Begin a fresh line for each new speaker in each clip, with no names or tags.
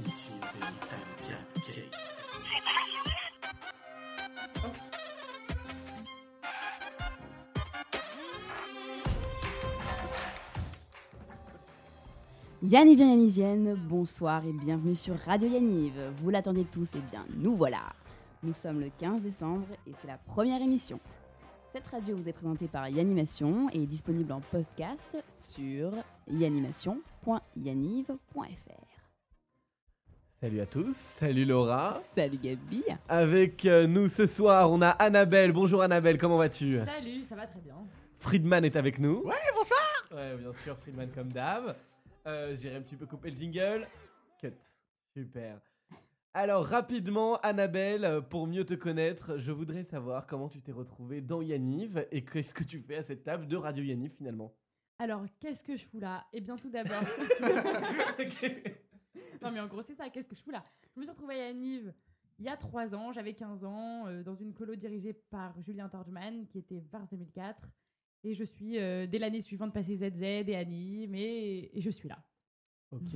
L'émission des Cap
Yanniv Yannisienne, bonsoir et bienvenue sur Radio Yaniv. Vous l'attendez tous, et bien nous voilà. Nous sommes le 15 décembre et c'est la première émission. Cette radio vous est présentée par Yanimation et est disponible en podcast sur yanimation.yaniv.fr.
Salut à tous, salut Laura.
Salut Gabi.
Avec euh, nous ce soir, on a Annabelle. Bonjour Annabelle, comment vas-tu
Salut, ça va très bien.
Friedman est avec nous. Ouais, bonsoir Ouais, bien sûr, Friedman comme d'hab. Euh, J'irai un petit peu couper le jingle. Cut. Super. Alors, rapidement, Annabelle, euh, pour mieux te connaître, je voudrais savoir comment tu t'es retrouvée dans Yaniv et qu'est-ce que tu fais à cette table de Radio Yaniv finalement.
Alors, qu'est-ce que je fous là Eh bien, tout d'abord. non, mais en gros, c'est ça, qu'est-ce que je fous là Je me suis retrouvée à Yaniv il y a 3 ans, j'avais 15 ans, euh, dans une colo dirigée par Julien Torgman, qui était Vars 2004. Et je suis, euh, dès l'année suivante, passée ZZ et Annie, mais et je suis là.
Ok.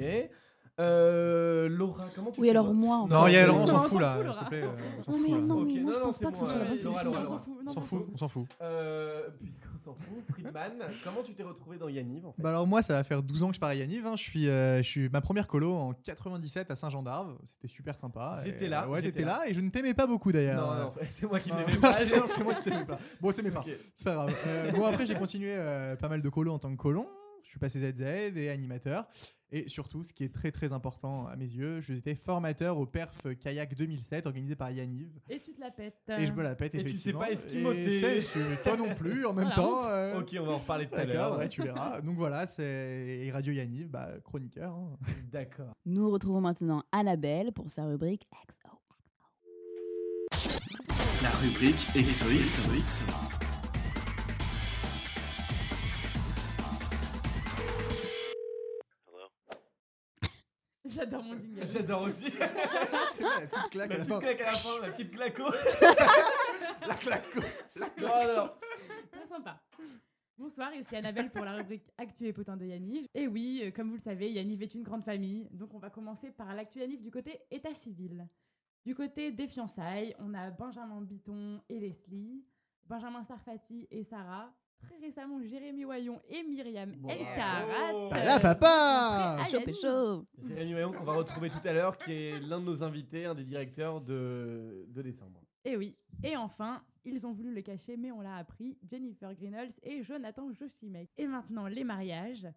Euh, Laura, comment tu
Oui,
te
alors
vois-
moi, en
Non,
fait,
Yael,
euh,
Laura, on
Non,
s'en
on s'en
fout là,
fout,
s'il te plaît.
Laura.
euh, on s'en
Non, mais
fout, là.
non, mais
Ok,
moi,
non,
je
non,
pense
c'est
pas que ce
bon,
soit la
euh,
bonne
Laura,
solution.
on
Laura, Laura.
s'en fout. non,
On s'en fout, on s'en fout.
Euh, puisqu'on s'en fout, Friedman, comment tu t'es retrouvé dans Yaniv en fait
Bah alors moi, ça va faire 12 ans que je pars à Yaniv. hein. Je suis, euh, je suis ma première colo en 97 à Saint-Jean-d'Arve. C'était super sympa.
J'étais
Et,
là,
euh, Ouais,
j'étais
t'étais là. et je ne t'aimais pas beaucoup d'ailleurs.
Non, non, c'est moi qui
Ah,
t'aimais pas.
je te- non, c'est moi qui t'aimais pas. Bon, c'est mes pas.
Ok.
C'est pas grave. Euh, bon, après, j'ai continué euh, pas mal de colos en tant que colon. Je suis passé ZZ et animateur. Et surtout, ce qui est très très important à mes yeux, j'étais formateur au Perf Kayak 2007 organisé par Yaniv.
Et tu te la pètes.
Et je me la pète
Et tu sais
effectivement.
pas esquimoter.
Et c'est- c'est- toi non plus en même
Voilà,
temps. euh,
Ok, on va en reparler tout à
D'accord,
l'heure.
ouais, tu verras. Donc voilà, c'est et Radio Yaniv, bah, chroniqueur. hein.
D'accord.
Nous retrouvons maintenant Annabelle pour sa rubrique XO.
La rubrique XOX.
J'adore mon jingle.
J'adore aussi.
la petite claque
la
à la
petite
fin.
claque à la fin, la petite claco.
La claque.
Oh, alors.
Très sympa. Bonsoir, ici Annabelle pour la rubrique Actu et Potin de Yaniv. Et oui, euh, comme vous le savez, Yaniv est une grande famille, donc on va commencer par l'actu Yaniv du côté état civil. Du côté des fiançailles, on a Benjamin Biton et Leslie, Benjamin Sarfati et Sarah, très récemment Jérémy Wayon et Myriam El
Bravo.
Karat.
Bah
là, papa
qui sont
Chaud,
rentrés à Yaniv.
chaud.
Jérémy Maillon qu'on va retrouver tout à l'heure, qui est l'un de nos invités, un des directeurs de, de décembre.
Et oui. Et enfin, ils ont voulu le cacher, mais on l'a appris, Jennifer Greenhalgh et Jonathan Joshimek. Et maintenant, les mariages.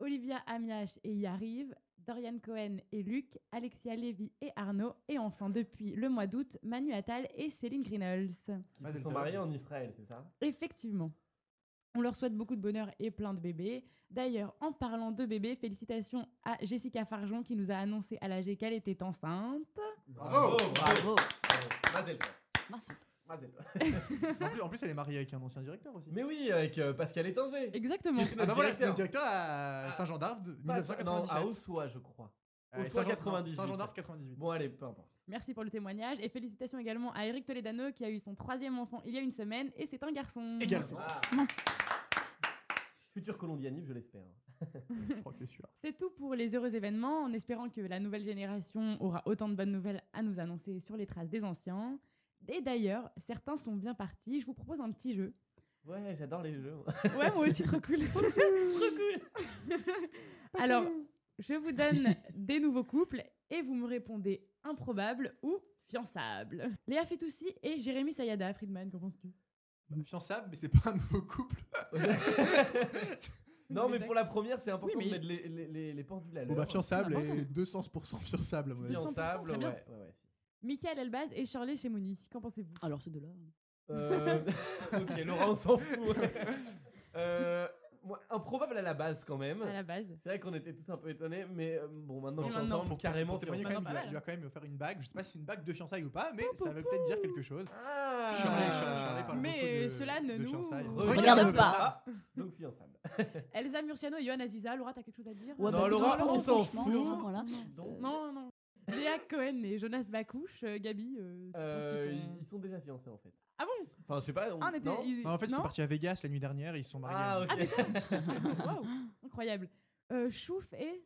Olivia Amiash et Yariv, Dorian Cohen et Luc, Alexia Lévy et Arnaud, et enfin, depuis le mois d'août, Manu Attal et Céline Greenhalgh.
Ils se sont mariés en Israël, c'est ça
Effectivement. On leur souhaite beaucoup de bonheur et plein de bébés. D'ailleurs, en parlant de bébés, félicitations à Jessica Farjon qui nous a annoncé à l'âge qu'elle était enceinte.
Bravo.
Bravo. Mazel tov.
Merci.
Mazel tov.
En plus, en plus, elle est mariée avec un ancien directeur aussi.
Mais oui, avec euh, Pascal Étinger.
Exactement.
Qui est
Ah bah
notre
voilà, c'est
directeur.
notre directeur à
Ah.
Saint-Jean-d'Arve de
Pas- Non, à
1997.
Ossois, je crois.
Ouais,
Ossois
Euh, Saint-Jean-
98.
Saint-Jean-d'Arve 98.
Bon, allez, peu importe.
Merci pour le témoignage et félicitations également à Eric Toledano qui a eu son troisième enfant il y a une semaine et c'est un garçon.
Également.
Futur colombianif, je l'espère.
Je crois que c'est sûr.
C'est tout pour les heureux événements en espérant que la nouvelle génération aura autant de bonnes nouvelles à nous annoncer sur les traces des anciens. Et d'ailleurs, certains sont bien partis. Je vous propose un petit jeu.
Ouais, j'adore les jeux.
Ouais, moi aussi, trop cool. trop cool. Alors, je vous donne des nouveaux couples et vous me répondez improbable ou fiançable. Léa Fitoussi et Jérémy Sayada, Friedman, qu'en penses-tu
Fiançable, mais c'est pas un nouveau couple.
non, mais
Black.
pour la première, c'est important
Oui,
de
mais-
mettre les, les, les, les pendules à l'heure.
Bon bah fiançable
Ah,
et 200% fiançable à mon avis.
Fiançable. 100%,
Fiançable,
très
ouais,
bien.
ouais, ouais.
Michael Elbaz et Charlie Chemouni, qu'en pensez-vous
Alors c'est de là.
Euh, ok, Laurent, on s'en fout. Euh, moi, improbable à la base, quand même.
à la base
C'est vrai qu'on était tous un peu étonnés, mais euh, bon, maintenant
Et
qu'on est
maintenant,
ensemble, carrément
Pour témoigner,
fiançailles.
quand même, il,
Pas
lui a,
mal.
il lui a quand même offert une bague. Je sais pas si c'est une bague de fiançailles ou pas, mais ça veut peut-être dire quelque chose.
Ah,
Shirley, Shirley, Shirley parle
Mais euh,
beaucoup de-
cela ne
de
nous
fiançailles.
regarde
Regarde pas.
Ah, Donc fiançable.
Elsa Murciano et Johan Aziza, Laura, t'as quelque chose à dire
Ouais,
Non,
bah,
Laura,
je pense
on
que
s'en
franchement,
fout.
dans ce coin-là,
Donc,
Non, non. Léa Cohen et Jonas Bakouche, euh, Gabi, euh, tu penses
Euh,
qu'ils sont-
Ils sont déjà fiancés en fait.
Ah bon
Enfin, je sais pas. on-
Ah, on était-
non
ils-
Non, en fait, ils sont
non
partis à Vegas la nuit dernière et ils se sont mariés.
Ah, ok.
Waouh, incroyable. Euh, Chouf et.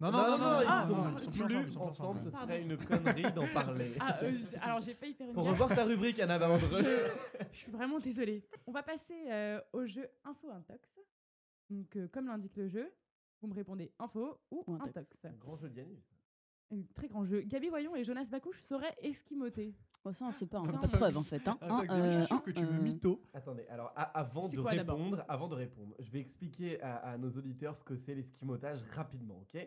non, non, non, non,
ils
ah,
sont
non, ils sont plus ensemble, ils
plus
sont plus
ensemble, ce
ensemble.
serait une connerie d'en parler.
Ah, euh, j- alors j'ai failli faire une
Faut
gaffe.
revoir ta rubrique, Anna Vandreux.
Je suis vraiment désolée. On va passer euh, au jeu Info Intox. Donc, euh, comme l'indique le jeu, vous me répondez info ou
Ou
intox.
intox.
Grand jeu de Yannis.
Un très grand jeu. Gabi Voyon et Jonas Bakouche sauraient esquimoter.
Oh, ça, c'est pas, on
Ah,
Ça,
n'a
on
bah,
pas de
peut-
preuve en fait. Hein.
Attends,
Hein,
Xavier, je
euh,
suis sûr
hein,
que tu me
euh,
mytho.
Attendez, alors a- avant
C'est
de
quoi, d'abord
répondre, avant de répondre, je vais expliquer à, à nos auditeurs ce que c'est l'esquimotage rapidement, ok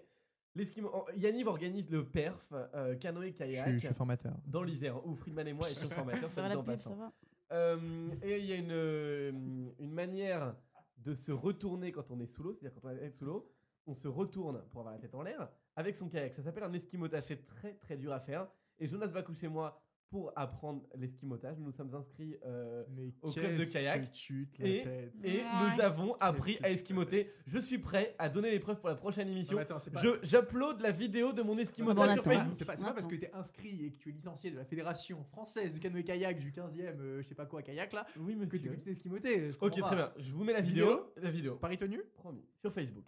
L'esquimo, en- Yaniv organise le perf euh, canoë
Je
kayak
suis, je suis formateur.
dans l'Isère où Friedman et moi étions formateurs,
ça va
ça
la
en
pub, ça
passant.
va.
Euh, et il y a une, euh, une manière de se retourner quand on est sous l'eau, c'est-à-dire quand on est sous l'eau, on se retourne pour avoir la tête en l'air avec son kayak. Ça s'appelle un esquimotage, c'est très très dur à faire. Et Jonas Bakouche et moi, pour apprendre l'esquimotage, nous nous sommes inscrits euh,
Mais
Au club de
qu'est-ce
kayak.
que tu te la
Et-
tête.
et
Ouais.
nous avons appris
que
à
tu
esquimoter. Je suis prêt à donner les preuves pour la prochaine
Non,
émission.
mais attends, c'est pas-
Je j'upload la vidéo de mon
Non,
Bon,
c'est
esquimotage
pas-
sur
c'est pas-
Facebook.
c'est pas, c'est pas parce que t'es inscrit et que tu es licencié de la fédération française de canoë kayak du 15e, euh, je sais pas quoi, kayak là,
Oui,
que tu
monsieur.
puisses esquimoter. je
Ok,
comprends
très
pas.
bien. Je vous mets la
Vidéo
vidéo. La vidéo.
Paris tenu
Promis. Sur Facebook.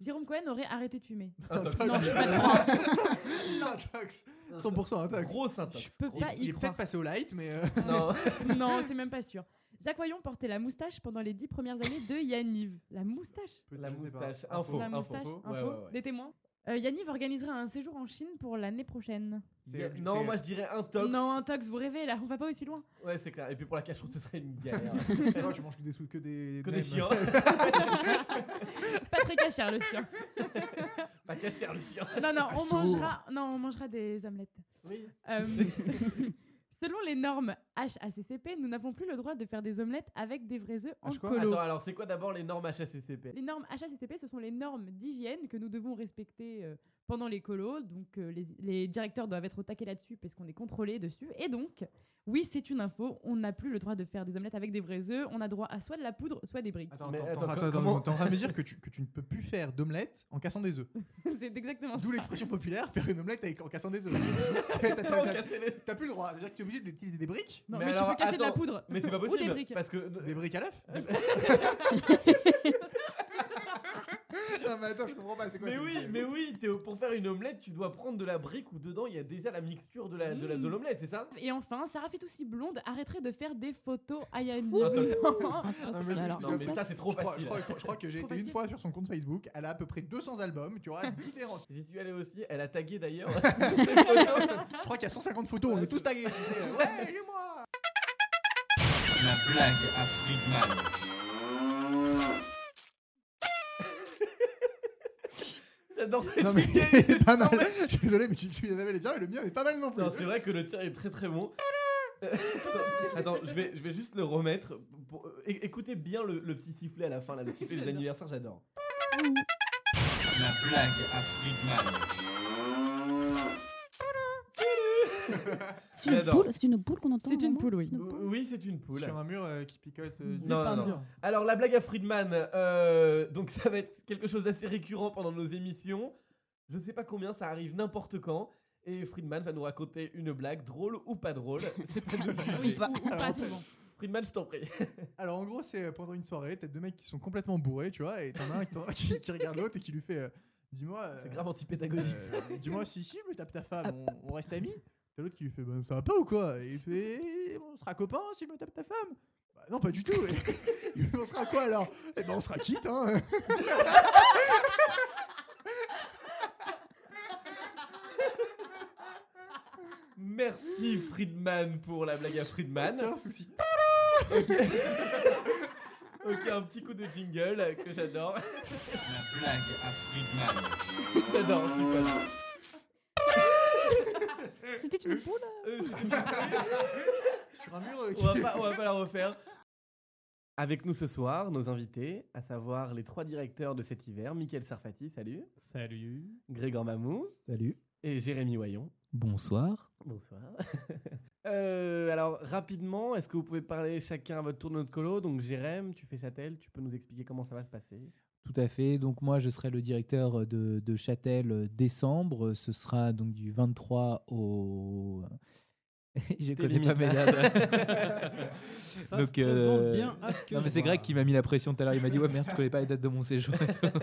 Jérôme Cohen aurait arrêté de fumer.
Intox.
Non, je peux pas te
Intox. 100% intox.
Grosse intox.
Je peux
Grosse-
pas
Il,
y
est peut-être
croire.
passé au light, mais. euh,
Non.
non, c'est même pas sûr. Jacques Voyon portait la moustache pendant les dix premières années de Yaniv. La moustache
peut-être,
La
je sais pas.
moustache. Info.
La
info,
moustache
info.
info,
Ouais, ouais, ouais.
Des témoins Euh, Yaniv organisera un séjour en Chine pour l'année prochaine.
C'est-
Y- Non,
c'est-
moi je dirais intox.
Non, Intox, vous rêvez là, on va pas aussi loin.
Ouais, c'est clair. Et puis pour la cacheroute, ce serait une galère.
Non, Eh ben, tu manges que des sous, que des.
que des
nems.
chiens.
Pas très cachère le chien.
pas casser le chien.
Non, non,
Ah,
on
sourd.
mangera, non, on mangera des omelettes.
Oui.
Euh, selon les normes HACCP, nous n'avons plus le droit de faire des omelettes avec des vrais œufs en
H quoi
colo.
Ah, Attends, alors c'est quoi d'abord les normes HACCP
Les normes HACCP, ce sont les normes d'hygiène que nous devons respecter euh, pendant les colos. Donc, euh, les, les directeurs doivent être au taquet là-dessus parce qu'on est contrôlé dessus. Et donc, oui, c'est une info, on n'a plus le droit de faire des omelettes avec des vrais œufs. On a droit à soit de la poudre, soit des briques.
Attends,
Mais
attends,
attends,
attends,
co-
attends,
comment-
attends, T'es en train de me dire que tu, que tu ne peux plus faire d'omelette en cassant des œufs.
c'est exactement ça.
D'où l'expression populaire faire une omelette avec- en cassant des œufs. T'as- t'as-
Non,
t'as-
casser les-
T'as plus le droit. Déjà que tu es obligé d'utiliser des briques.
Non,
Mais
mais,
alors,
tu peux casser de la
attends,
poudre.
Mais c'est pas
Ou des
possible.
briques.
Parce que.
Des briques à l'œuf Non, mais attends, je comprends pas. C'est quoi
Mais
cette
oui,
idée
mais oui, Théo, pour faire une omelette, tu dois prendre de la brique où dedans il y a déjà la mixture de l'omelette, de la- de
Mm.
l'omelette, c'est ça
Et enfin, Sarah Fit aussi blonde arrêterait de faire des photos à Yannick.
Intox.
Non, mais je
Alors,
m'explique.
Non, mais ça c'est trop
hein. Je crois, je
facile.
crois que- je crois que j'ai
Trop
été une
facile.
fois sur son compte Facebook. Elle a à peu près 200 albums, tu vois, différents.
J'y suis allé aussi, elle a tagué d'ailleurs.
Je crois qu'il y a 150 photos, on est tous tagués. Tu sais. Ouais, il est moi
La blague à Friedman.
J'adore cette
Non, mais
idée,
il est
cette
pas mal.
omelette.
Je suis désolé, mais tu, tu Isabelle est bien, mais le mien est pas mal non plus.
Non, c'est vrai que le tien est très très bon. Euh, Attends, attends, je vais, je vais juste le remettre. pour- euh, é- écoutez bien le, le petit sifflet à la fin, là, le sifflet des
J'adore.
anniversaires, j'adore. Ah.
La blague à Friedman.
C'est une
J'adore.
poule, c'est une poule qu'on entend.
C'est une
maman
poule, oui.
Oui, c'est une poule.
Sur un mur euh, qui picote.
Du
Non,
pain
non,
dur.
Alors, la blague à Friedman, euh, donc ça va être quelque chose d'assez récurrent pendant nos émissions. Je sais pas combien, ça arrive n'importe quand. Et Friedman va nous raconter une blague, drôle ou pas drôle. C'est à nous de
Oui,
juger.
pas,
Alors,
pas
en fait,
souvent.
Friedman, je t'en prie.
Alors en gros, c'est euh, pendant une soirée, t'as deux mecs qui sont complètement bourrés, tu vois, et t'en as un qui, t'en- qui- qui regarde l'autre et qui lui fait euh, Dis-moi. euh,
C'est grave anti-pédagogique. ça.
euh, Dis-moi si, si, je me tape ta femme, on, on reste amis. T'as l'autre qui lui fait Bah, ça va pas ou quoi Et il fait Eh, On sera copains si je me tape ta femme Bah, non, pas du tout. Et il fait, on sera quoi alors Eh ben, on sera quitte, hein
Merci Friedman pour la blague à Friedman.
Ah. Aucun souci.
Ok, un petit coup de jingle euh, que j'adore.
La blague à Friedman.
J'adore, je suis pas sûr.
C'était une poule
Euh, c'est-
Sur un mur euh, qui-
on, va pas, on va pas la refaire. Avec nous ce soir, nos invités, à savoir les trois directeurs de cet hiver, Mickaël Sarfati, salut,
Salut.
Grégor Mamou
Salut.
et Jérémy Wayon.
Bonsoir.
Bonsoir. Euh, alors, rapidement, est-ce que vous pouvez parler chacun à votre tour de notre colo Donc, Jérém, tu fais Châtel, tu peux nous expliquer comment ça va se passer
Tout à fait. Donc moi, je serai le directeur de, de Châtel euh, décembre. Euh, Ce sera donc du 23 au... je connais pas
limite,
mes
là.
dates.
Ça
Donc,
se
euh,
présente bien à ce que
non mais c'est
voir.
Greg qui m'a mis la pression tout à l'heure. Il m'a dit ouais merde, je connais pas les dates de mon séjour. et tout.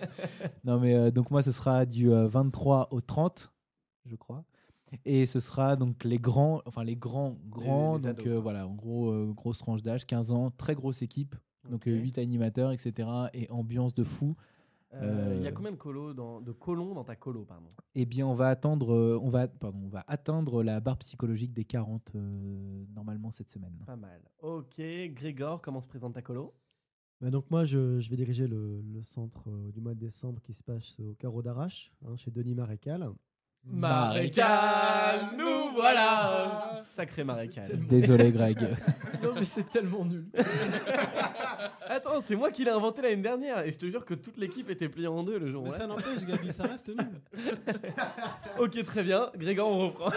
non mais euh, donc moi, ce sera du euh, 23 au 30, je crois. Et ce sera donc les grands, enfin les grands, grands.
les
donc
ados,
euh,
quoi.
voilà, en gros, euh, grosse tranche d'âge, 15 ans, très grosse équipe. Donc
Ok.
8 animateurs, etc. Et ambiance de fou.
Euh, Il y a
euh,
combien de colos dans, de colons dans ta colo, pardon
Eh bien, on va attendre, euh, on va, pardon, on va atteindre la barre psychologique des 40 euh, normalement cette semaine.
Pas mal. Ok, Grégor, comment se présente ta colo
Bah donc moi, je, je vais diriger le, le centre euh, du mois de décembre qui se passe au Carreau d'Arrache, hein, chez Denis Marécal.
Marécal, nous voilà Sacré Marécal.
tellement-
Désolé, Greg.
non mais c'est tellement nul.
Attends, c'est moi qui l'ai inventé l'année dernière et je te jure que toute l'équipe était pliée en deux le jour.
Mais
là.
ça n'empêche, Gabi, ça reste nul.
Ok, très bien. Grégor, on reprend.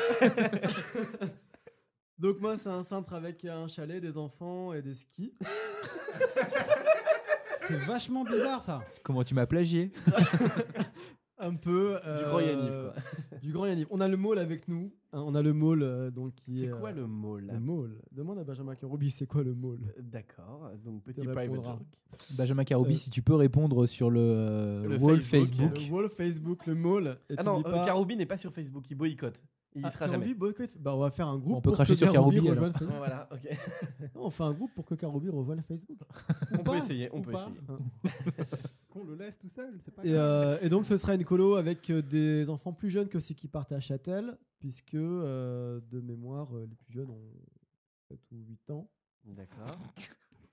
Donc moi, c'est un centre avec un chalet, des enfants et des skis.
C'est vachement bizarre ça.
Comment tu m'as plagié
Un peu...
Du
euh,
grand Yaniv, quoi.
Du grand Yaniv. On a le môle avec nous. hein, on a le môle euh, donc, qui
C'est
est,
quoi
euh,
le mot là
le môle Demande à Benjamin Ruby, c'est quoi le môle
D'accord, donc petit
Il
private
répondra.
joke.
Benjamin Carobi,
Euh.
si tu peux répondre sur le, euh,
Le
wall
Facebook.
Facebook.
Le wall Facebook, le môle. Et
Ah non,
t'oublies
euh,
pas-
Caroubi n'est pas sur Facebook, il boycotte. Il y
Ah,
sera
Karobi
jamais.
boycott. Bah, on va faire un groupe.
On peut
pour
cracher
que
sur
Karobi
Karobi,
rejoigne Facebook.
voilà, ok.
Non, on fait un groupe pour que Karobi rejoigne Facebook.
On peut
pas,
essayer, on
ou
peut
pas.
essayer.
Qu'on le laisse tout seul, c'est pas
Et, euh, et donc, ce sera une colo avec euh, des enfants plus jeunes que ceux qui partent à Châtel, puisque euh, de mémoire, euh, les plus jeunes ont 7 ou 8 ans.
D'accord.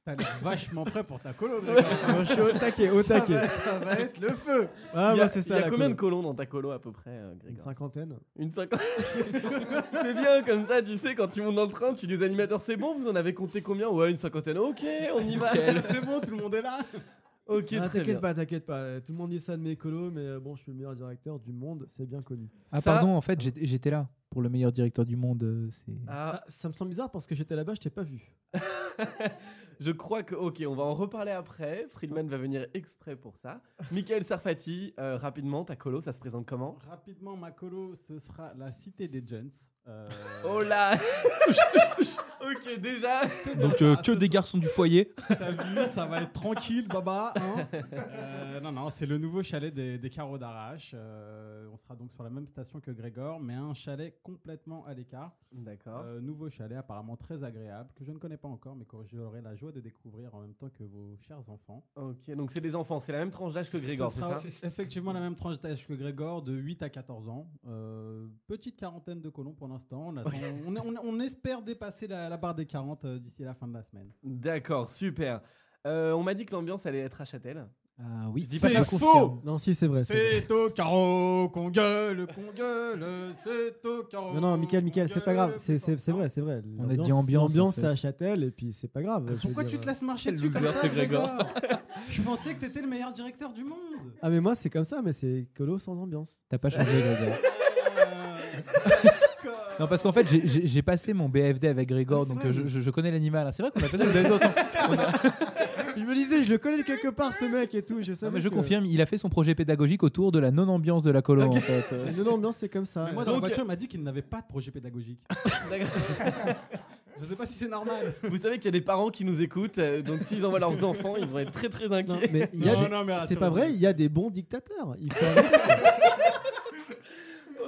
T'as l'air vachement prêt pour ta colo. Greg.
Moi, je suis au taquet, au
ça,
taquet.
va, ça va être le feu
Ah,
il y a,
moi, c'est ça.
il y a
la
combien de
colo.
colons dans ta colo à peu près, euh,
Une
Grégor
cinquantaine.
Une cinquantaine. c'est bien comme ça, tu sais, quand tu montes dans le train, tu dis aux animateurs, c'est bon, vous en avez compté combien Ouais, une cinquantaine. Ok, on y va.
C'est bon, tout le monde est là.
Ok, très
Ah,
bien.
t'inquiète pas, t'inquiète pas. Tout le monde dit ça de mes colos, mais euh, bon, je suis le meilleur directeur du monde, c'est bien connu.
Ah
Ça-
pardon, en fait, j'étais- j'étais là pour le meilleur directeur du monde. euh, c'est-
Ah,
Ah, ça me semble bizarre parce que j'étais là-bas, je t'ai pas vu.
je crois que, ok, on va en reparler après. Friedman va venir exprès pour ça. Michael Sarfati, euh, rapidement, ta colo, ça se présente comment
Rapidement, ma colo, ce sera la cité des Jones. Euh,
Oh là Ok, déjà
c'est bien
Donc
ça,
euh,
ce
que des garçons du foyer.
T'as vu, ça va être tranquille, Baba. hein. Euh, non, non, c'est le nouveau chalet des, des carreaux d'arrache. Euh, on sera donc sur la même station que Grégor, mais un chalet complètement à l'écart.
D'accord.
Euh, nouveau chalet apparemment très agréable, que je ne connais pas encore, mais que j'aurai la joie de découvrir en même temps que vos chers enfants.
Ok, donc c'est des enfants, c'est la même tranche d'âge que
Ce
Grégor, c'est
sera
ça
Effectivement, la même tranche d'âge que Grégor, de 8 à 14 ans. Euh, petite quarantaine de colons pour l'instant. On, attend- on, on- on espère dépasser la, la barre des 40 euh, d'ici la fin de la semaine.
D'accord, super. Euh, on m'a dit que l'ambiance allait être à Châtel.
Euh,
Ah oui.
Je dis pas ça,
confirme.
Non, si, c'est vrai. c'est vrai.
C'est au carreau qu'on gueule, qu'on gueule, c'est au carreau.
Non, non, Michael, Michael,
qu'on
c'est pas grave.
gueule,
C'est,
putain.
c'est, c'est vrai, c'est vrai.
On a dit ambiance,
L'ambiance,
en fait.
c'est à Châtel, et puis c'est pas grave. je veux
Ah, Pourquoi
dire,
tu te
euh,
laisses marcher
Quel
dessus comme
loser,
ça,
ce Grégor.
Grégor Je pensais que t'étais le meilleur directeur du monde.
Ah, mais moi, c'est comme ça, mais c'est colo sans ambiance.
T'as pas changé, Greg.
Euh,
Non, parce qu'en fait, j'ai- j'ai j'ai passé mon BFD avec Grégor, donc euh, je, je- je connais l'animal. C'est vrai qu'on a passé le BFD ensemble.
Je me disais, je le connais de quelque part, ce mec et tout. Je savais
Non, mais je
que-
confirme, il a fait son projet pédagogique autour de la non-ambiance de la colo, en fait. Euh,
Mais Non, l'ambiance, c'est comme ça.
Mais moi, dans
Donc-
la voiture, il m'a dit qu'il n'avait pas de projet pédagogique. Je sais pas si c'est normal.
Vous savez qu'il y a des parents qui nous écoutent, euh, donc s'ils envoient leurs enfants, ils vont être très très
Non,
inquiets.
mais il y a des-
non, mais
C'est pas
rassurez-vous.
vrai, il y a des bons dictateurs. Il faut-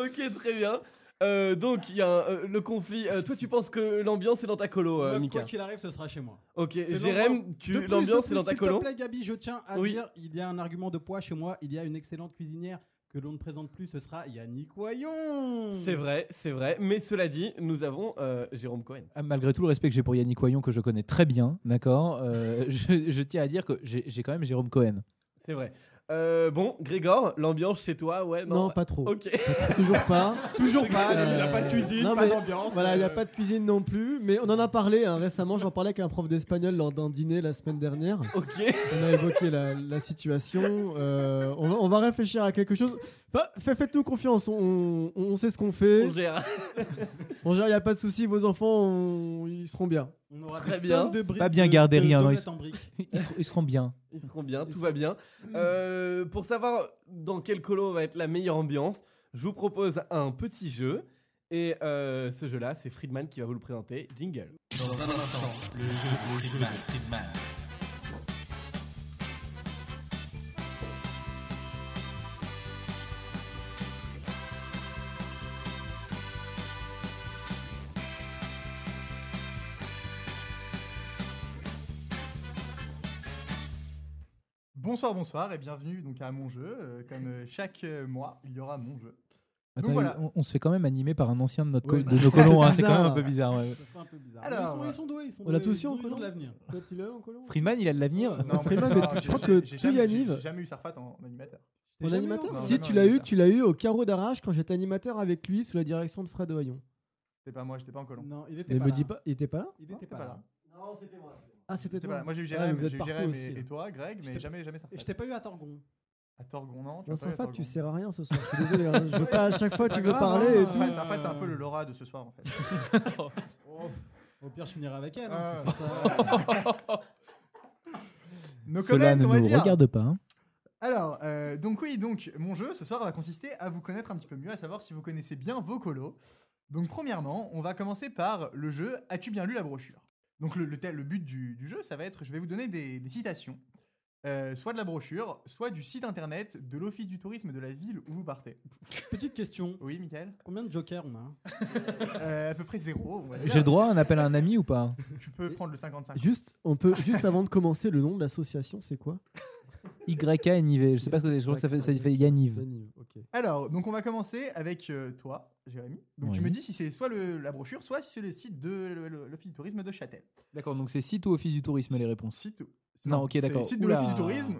ok, très bien. Euh, donc il y a un, euh, le conflit. Euh, toi, tu penses que l'ambiance est dans ta colo, euh,
Moi,
Mika
Quoi qu'il arrive, ce sera chez moi.
Ok,
C'est
Jérém, tu-
De plus, de
l'ambiance
plus,
est dans ta
S'il
colo
te plaît, Gabi, je tiens à
Oui.
dire il y a un argument de poids chez moi. Il y a une excellente cuisinière que l'on ne présente plus. Ce sera Yannick Wayon.
C'est vrai, c'est vrai. Mais cela dit, nous avons euh, Jérôme Cohen.
Ah, Malgré tout le respect que j'ai pour Yannick Coyon, que je connais très bien, d'accord, euh, je, je tiens à dire que j'ai j'ai quand même Jérôme Cohen.
C'est vrai. Euh, bon, Grégor, l'ambiance chez toi, ouais, non,
Non, pas trop.
Ok.
Toujours pas.
Toujours pas. Il n'y a
Euh,
pas de cuisine,
non,
pas
mais
d'ambiance.
Voilà, il n'y a
euh,
pas de cuisine non plus, mais on en a parlé hein, récemment. J'en parlais avec un prof d'espagnol lors d'un dîner la semaine dernière.
Ok.
On a évoqué la, la situation. euh, on, va, on va réfléchir à quelque chose. Bah, fa- Faites-nous confiance, on, on sait ce qu'on fait.
On gère.
On gère, il n'y a pas de souci. Vos enfants, on- ils seront bien.
On aura
Très
des
bien.
tonnes de briques
Pas bien
de-
gardé,
de
rien, non,
tomates
ils-
en briques.
Ils seront, ils seront bien.
Ils seront bien, tout va bien. Euh, pour savoir dans quel colo va être la meilleure ambiance, je vous propose un petit jeu. Et euh, ce jeu-là, c'est Friedman qui va vous le présenter. Jingle.
Dans un instant, le jeu de Friedman. Friedman.
Bonsoir, bonsoir et bienvenue donc à mon jeu. Euh, Comme euh, chaque euh, mois, il y aura mon jeu.
Attends,
Donc voilà.
on, on se fait quand même animer par un ancien de, notre co-
Ouais,
de
bah,
nos colons, hein,
c'est
c'est quand même
bizarre.
un peu bizarre. ouais.
Ça serait un peu bizarre.
Alors,
ils, sont, ils sont doués, ils sont
on l'a
doués,
tous
ils
eu en
ont- ils ont
colon
de l'avenir.
Toi, tu l'as en colon
Friedman, il a de l'avenir
Non,
Freeman,
non,
mais tu-
j'ai-
je crois
j'ai-
que
j'ai
toi,
jamais-
Yaniv-
J'ai jamais eu Sarfat en en animateur.
Mon animateur
encore
Si,
Non,
tu
non,
l'as
non,
eu,
non.
tu l'as eu au carreau d'arrache quand j'étais animateur avec lui sous la direction de Fred Oyon.
C'était pas moi, j'étais pas en colon.
Non, il était
Mais
pas
me
là.
dis pas, il était pas là
Il était
J'étais
pas
pas
là.
là.
Ah, c'était
J'étais pas
toi.
là. Moi j'ai eu
Ouais,
Jérém,
vous êtes
j'ai eu
partout
Jérém
aussi,
et,
hein.
et toi, Greg, mais
J'étais-
jamais jamais Sarfat.
Je t'ai pas eu à Torgon.
À Torgon, non. tu m'as
Non,
pas eu à
Sarfat,
Torgon.
tu sers à rien ce soir. Je suis désolé, hein, je veux pas à chaque fois
Pas
tu veux
grave,
parler et
hein,
tout.
Sarfat, Sarfat, c'est un peu le Laura de ce soir en fait.
Oh, Au pire, je finirai avec elle.
Ah.
hein, c'est ça.
Nos
Cela
collègues,
ne
on va
nous
dire.
regarde pas. hein.
Alors, euh, donc oui, donc mon jeu ce soir va consister à vous connaître un petit peu mieux, à savoir si vous connaissez bien vos colos. Donc premièrement, on va commencer par le jeu As-tu bien lu la brochure Donc le, le, tel- le but du, du jeu, ça va être, je vais vous donner des, des citations, euh, soit de la brochure, soit du site internet de l'office du tourisme de la ville où vous partez.
Petite question.
Oui, Michael
Combien de jokers on a
Euh, À peu près zéro. on va dire.
J'ai le droit à un appel à un ami ou pas
Tu peux prendre le 55.
Juste, on peut, juste avant de commencer, le nom de l'association, c'est quoi
YKNIV, je sais pas ce que c'est, je crois que ça fait, ça fait Yaniv.
Yaniv, ok.
Alors, donc on va commencer avec euh, toi, Jérémy. Donc tu
Oui.
me dis si c'est soit le- la brochure, soit si c'est le site de le- le- l'office du tourisme de Châtel.
D'accord, donc c'est site ou office du tourisme les réponses
Site.
Non, ok,
c'est
d'accord.
Site de
Oula.
l'Office du tourisme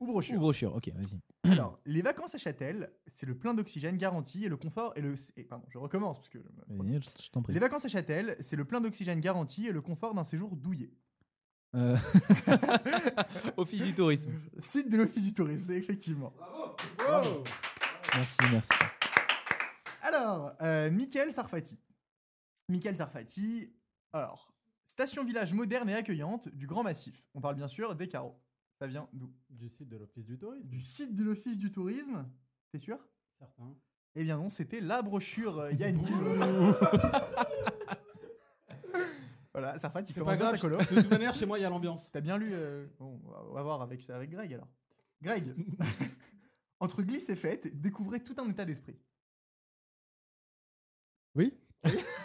ou
Ou
brochure.
brochure, ok, vas-y.
Alors, les vacances à Châtel, c'est le plein d'oxygène garanti et le confort et le. et- pardon, je recommence parce que. je me-
Vas-y, Je je t'en prie.
Les vacances à Châtel, c'est le plein d'oxygène garanti et le confort d'un séjour douillet.
Euh, office du tourisme.
Site de l'Office du tourisme, c'est effectivement.
Merci, merci.
Alors, euh, Michael Sarfati. Michael Sarfati. Alors, station village moderne et accueillante du Grand Massif. On parle bien sûr des carreaux. Ça vient d'où
Du site de l'Office du Tourisme.
Du site de l'Office du tourisme T'es sûr
Certain.
Eh bien non, c'était la brochure euh, Yannick. voilà, Sarfat, il
C'est
commence
pas
bien
grave.
sa colo.
De toute manière, chez moi, il y a l'ambiance.
T'as bien lu euh, Bon, on va- on va voir avec, avec Greg alors. Greg, entre glisse et fête, découvrez tout un état d'esprit.
Oui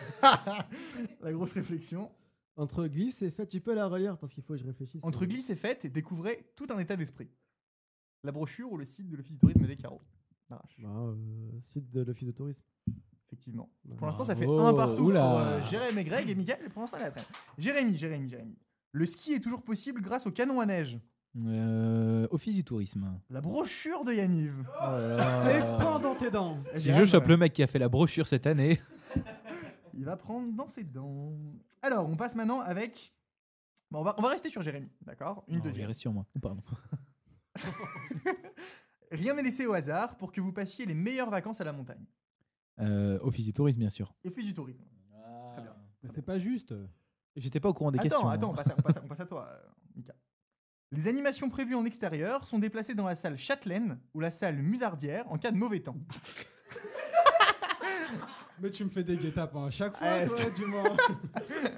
la grosse réflexion.
Entre glisse et fait, tu peux la relire parce qu'il faut que je réfléchisse.
Entre glisse et fête, découvrez tout un état d'esprit. La brochure ou le site de l'Office du tourisme des carreaux Arrache,
Bah, euh, site de l'office de tourisme.
effectivement.
Bah,
Pour l'instant, ça fait
Bravo.
un partout pour
Oula.
euh, Jérémy et Greg et Miguel. Pour l'instant, elle est à la traîne. Jérémy, Jérémy, Jérémy. Le ski est toujours possible grâce au canon à neige.
Euh, office du tourisme. Oh
La brochure de Yaniv.
Et pas dans tes dents.
Si je
Jérém,
chope
euh,
le mec qui a fait la brochure cette année,
Il va prendre dans ses dents. Alors, on passe maintenant avec. Bon, on, va, on va rester sur Jérémy, d'accord Une
Non, il
deuxième.
reste sur moi. Oh, Pardon.
Rien n'est laissé au hasard pour que vous passiez les meilleures vacances à la montagne.
Euh, office du tourisme, bien sûr.
Et puis du tourisme.
Mais c'est pas juste.
J'étais pas au courant des questions.
attends, attends,
hein.
on passe, à, on passe à- on passe à toi, euh, Mika. Les animations prévues en extérieur sont déplacées dans la salle Châtelaine ou la salle Musardière en cas de mauvais temps.
Mais tu me fais des guet-apens à chaque fois,
Ouais,
toi, du moins.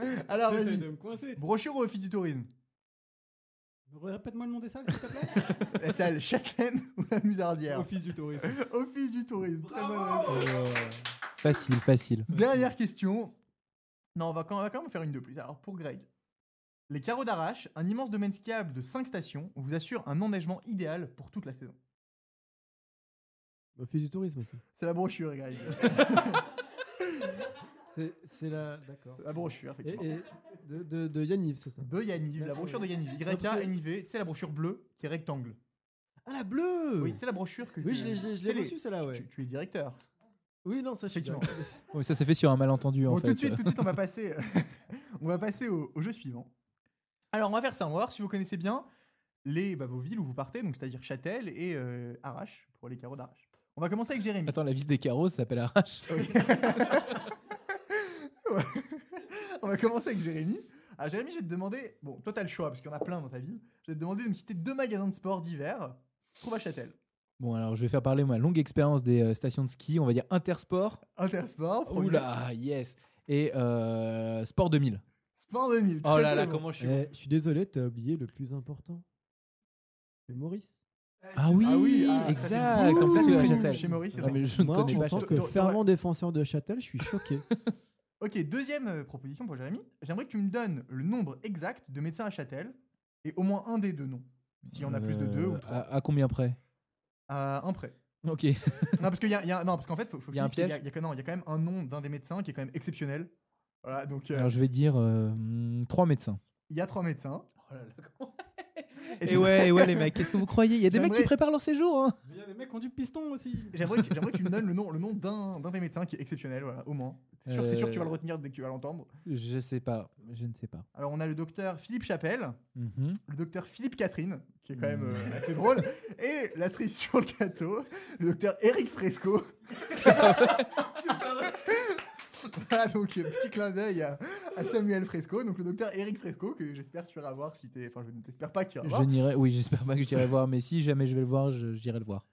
Eh, Alors,
J'essaie
vas-y.
de me coincer.
Brochure ou office du tourisme
Répète-moi le nom des salles, s'il te plaît.
La salle Châtelaine ou la Musardière
Office du Tourisme.
Office du tourisme, très bonne réponse.
Facile, facile.
Dernière question. Non, on va, quand, on va quand même faire une de plus. Alors, pour Greg. Les carreaux d'arrache, un immense domaine skiable de 5 stations, vous assure un enneigement idéal pour toute la saison.
Office du tourisme aussi.
C'est la brochure, Greg.
C'est- C'est la. D'accord.
la brochure,
Et,
effectivement.
et de, de, de Yaniv, c'est ça
De Yaniv, la brochure de Yaniv.
Parce
YK,
que-
NIV, tu sais, la brochure bleue qui est rectangle.
Ah, la bleue
Oui, c'est la brochure que
Oui,
tu-
je l'ai- je l'ai- je
tu
l'ai
sais,
reçue, celle-là, ouais.
Tu, tu es directeur.
Oui, non, ça, je suis
Effectivement.
d'accord.
Oui, ça s'est fait sur un malentendu. en
Bon,
fait.
tout de suite, tout de suite, on va passer, on va passer au, au jeu suivant. Alors, on va faire ça. On va voir si vous connaissez bien les, bah, vos villes où vous partez, donc c'est-à-dire Châtel et euh, Arrache pour les carreaux d'Arrache. On va commencer avec Jérémy.
Attends, la ville des carreaux, ça s'appelle Arrache.
on va commencer avec Jérémy. Alors, Jérémy, je vais te demander, bon, toi, t'as le choix parce qu'il y en a plein dans ta ville. Je vais te demander de me citer deux magasins de sport d'hiver qui se trouvent à Châtel.
Bon, alors je vais faire parler ma longue expérience des euh, stations de ski, on va dire Intersport.
Intersport. premier.
Oula, yes. Et euh, Sport 2000.
Sport 2000.
Oh
très,
là
très
là,
bon.
comment je suis.
Eh, Je suis désolé, t'as oublié le plus important. C'est Maurice.
Ah oui,
Ah oui, ah, ça, c'est
exact.
une
En
boule.
plus, euh,
Chez
Châtel.
Maurice, chez Maurice, c'est
Ah, mais je ne
Moi,
connais
en
pas
tant
Châtel.
que
T'aurais-
fervent défenseur de Châtel, je suis choqué.
Ok, deuxième euh, proposition pour Jérémy. J'aimerais que tu me donnes le nombre exact de médecins à Châtel et au moins un des deux noms. S'il y en a plus de deux ou
Euh,
trois.
À, à combien près
À un près.
Ok.
non, parce qu'il y a, il y a- non, parce qu'en fait, faut, faut que
Il y a
tu
un
dises qu'il
piège
il y a que- non, il y a quand même un nom d'un des médecins qui est quand même exceptionnel. Voilà, donc euh,
Alors je vais dire euh, hmm, trois médecins.
il y a trois médecins.
Oh Et ouais, et ouais, les mecs, qu'est-ce que vous croyez Il y a des mecs qui
J'aimerais-
préparent leur séjour. hein.
Il y a des mecs qui ont du piston aussi.
J'aimerais que, j'aimerais que tu me donnes le nom, le nom d'un, d'un des médecins qui est exceptionnel, voilà, au moins. C'est sûr, c'est sûr que tu vas le
Euh.
retenir dès que tu vas l'entendre.
Je sais pas, je ne sais pas.
Alors, on a le docteur Philippe Chapelle.
Mhm.
le docteur Philippe Catherine, qui est quand même
Mm.
euh, assez drôle, et la cerise sur le gâteau, le docteur Eric Fresco. voilà, donc euh, petit clin d'œil à, à Samuel Fresco, donc le docteur Eric Fresco, que j'espère que tu iras voir si t'es. Enfin, je ne t'espère pas que tu iras
Je
voir.
n'irai, oui, j'espère pas que j'irai voir, mais si jamais je vais le voir, je- j'irai le voir.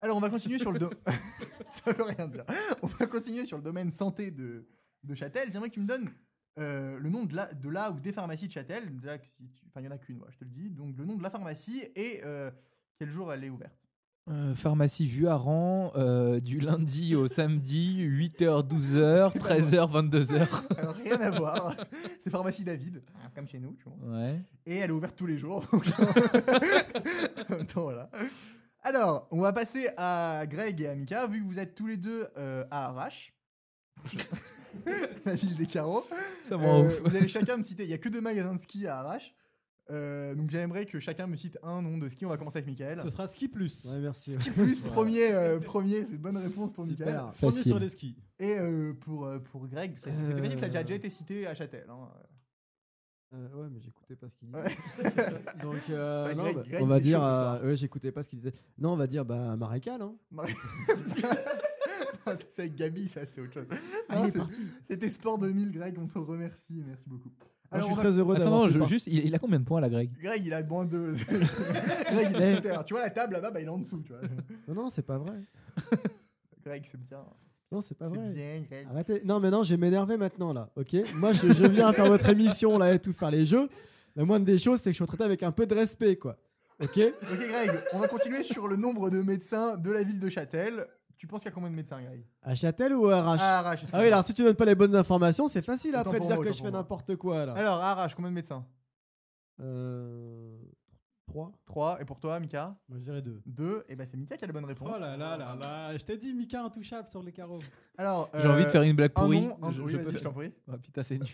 Alors, on va continuer sur le domaine. Ça veut rien dire. On va continuer sur le domaine santé de, de Châtel. J'aimerais que tu me donnes. euh, le nom de la, de la ou des pharmacies de Châtel, Déjà, que si tu- enfin il y en a qu'une, voilà, je te le dis, donc le nom de la pharmacie et euh, quel jour elle est ouverte.
Euh, pharmacie Vuaran, euh, du lundi au samedi, 8h, 12h, 13h, 22h.
Alors rien à voir. C'est pharmacie David, Ah, comme chez nous, tu vois.
Ouais.
Et elle est ouverte tous les jours. donc- en même temps, voilà. Alors, on va passer à Greg et à Mika, vu que vous êtes tous les deux euh, à Arrache. la ville des carreaux.
Ça
Euh,
me rend ouf.
vous allez chacun me citer. Il y a que deux magasins de ski à Arrache. Euh, donc j'aimerais que chacun me cite un nom de ski. On va commencer avec Michael.
Ce sera ski plus.
Ouais, merci.
Ski plus premier, euh, premier, c'est une bonne réponse pour Michael.
Super.
Premier
Facile.
sur les skis.
Et euh, pour, euh, pour Greg, ça, ça t'avait dit que ça a déjà- déjà été cité à Châtel. hein.
Euh, ouais, mais j'écoutais pas ce qu'il
Ouais.
disait. Donc, euh,
Bah,
non,
Greg-
bah,
Greg
on va
est chaud
dire.
ce soir.
euh, ouais, j'écoutais pas ce qu'il disait. Non, on va dire bah, Marécal. Hein.
Ah, ça, c'est avec Gabi, ça, c'est autre chose.
Allez,
Non, c'est- C'était Sport 2000, Greg, on te remercie, merci beaucoup. Alors, on
Alors, je suis
va-
très heureux
Attends,
d'avoir.
non,
pris
je-
part.
juste, il, il a combien de points là, Greg
Greg, il a moins de. Greg,
Eh.
il est sous terre. Tu vois la table là-bas, bah, il est en dessous, tu vois.
Non, non, c'est pas vrai.
Greg, c'est bien.
Non, c'est pas
C'est
vrai.
bien, Greg.
Arrêtez. Non, mais non, j'ai m'énervé maintenant là. Ok. Moi, je, je viens faire votre émission là et tout faire les jeux. La moindre des choses, c'est que je suis traité avec un peu de respect, quoi. Ok.
Ok, Greg, on va continuer sur le nombre de médecins de la ville de Châtel. Tu penses qu'il y a combien de médecins, Greg
À Châtel ou à Arrache
À Arrache.
Ah oui, alors si tu donnes pas les bonnes informations, c'est facile
Autant
après de
pour
dire
moi,
que
autant
je
pour
fais
moi.
n'importe quoi là.
Alors, à Arrache, combien de médecins
Euh, 3
3. Et pour toi, Mika
Moi, je dirais deux.
2. Et bah, c'est Mika qui a la bonne réponse.
Oh là là là là, je t'ai dit, Mika intouchable sur les carreaux.
Alors,
J'ai envie de faire une blague
un
pourrie.
nom, un-
Je-
oui,
je
vas-y,
peux
je
faire-
t'en prie.
Ah, putain, c'est nul.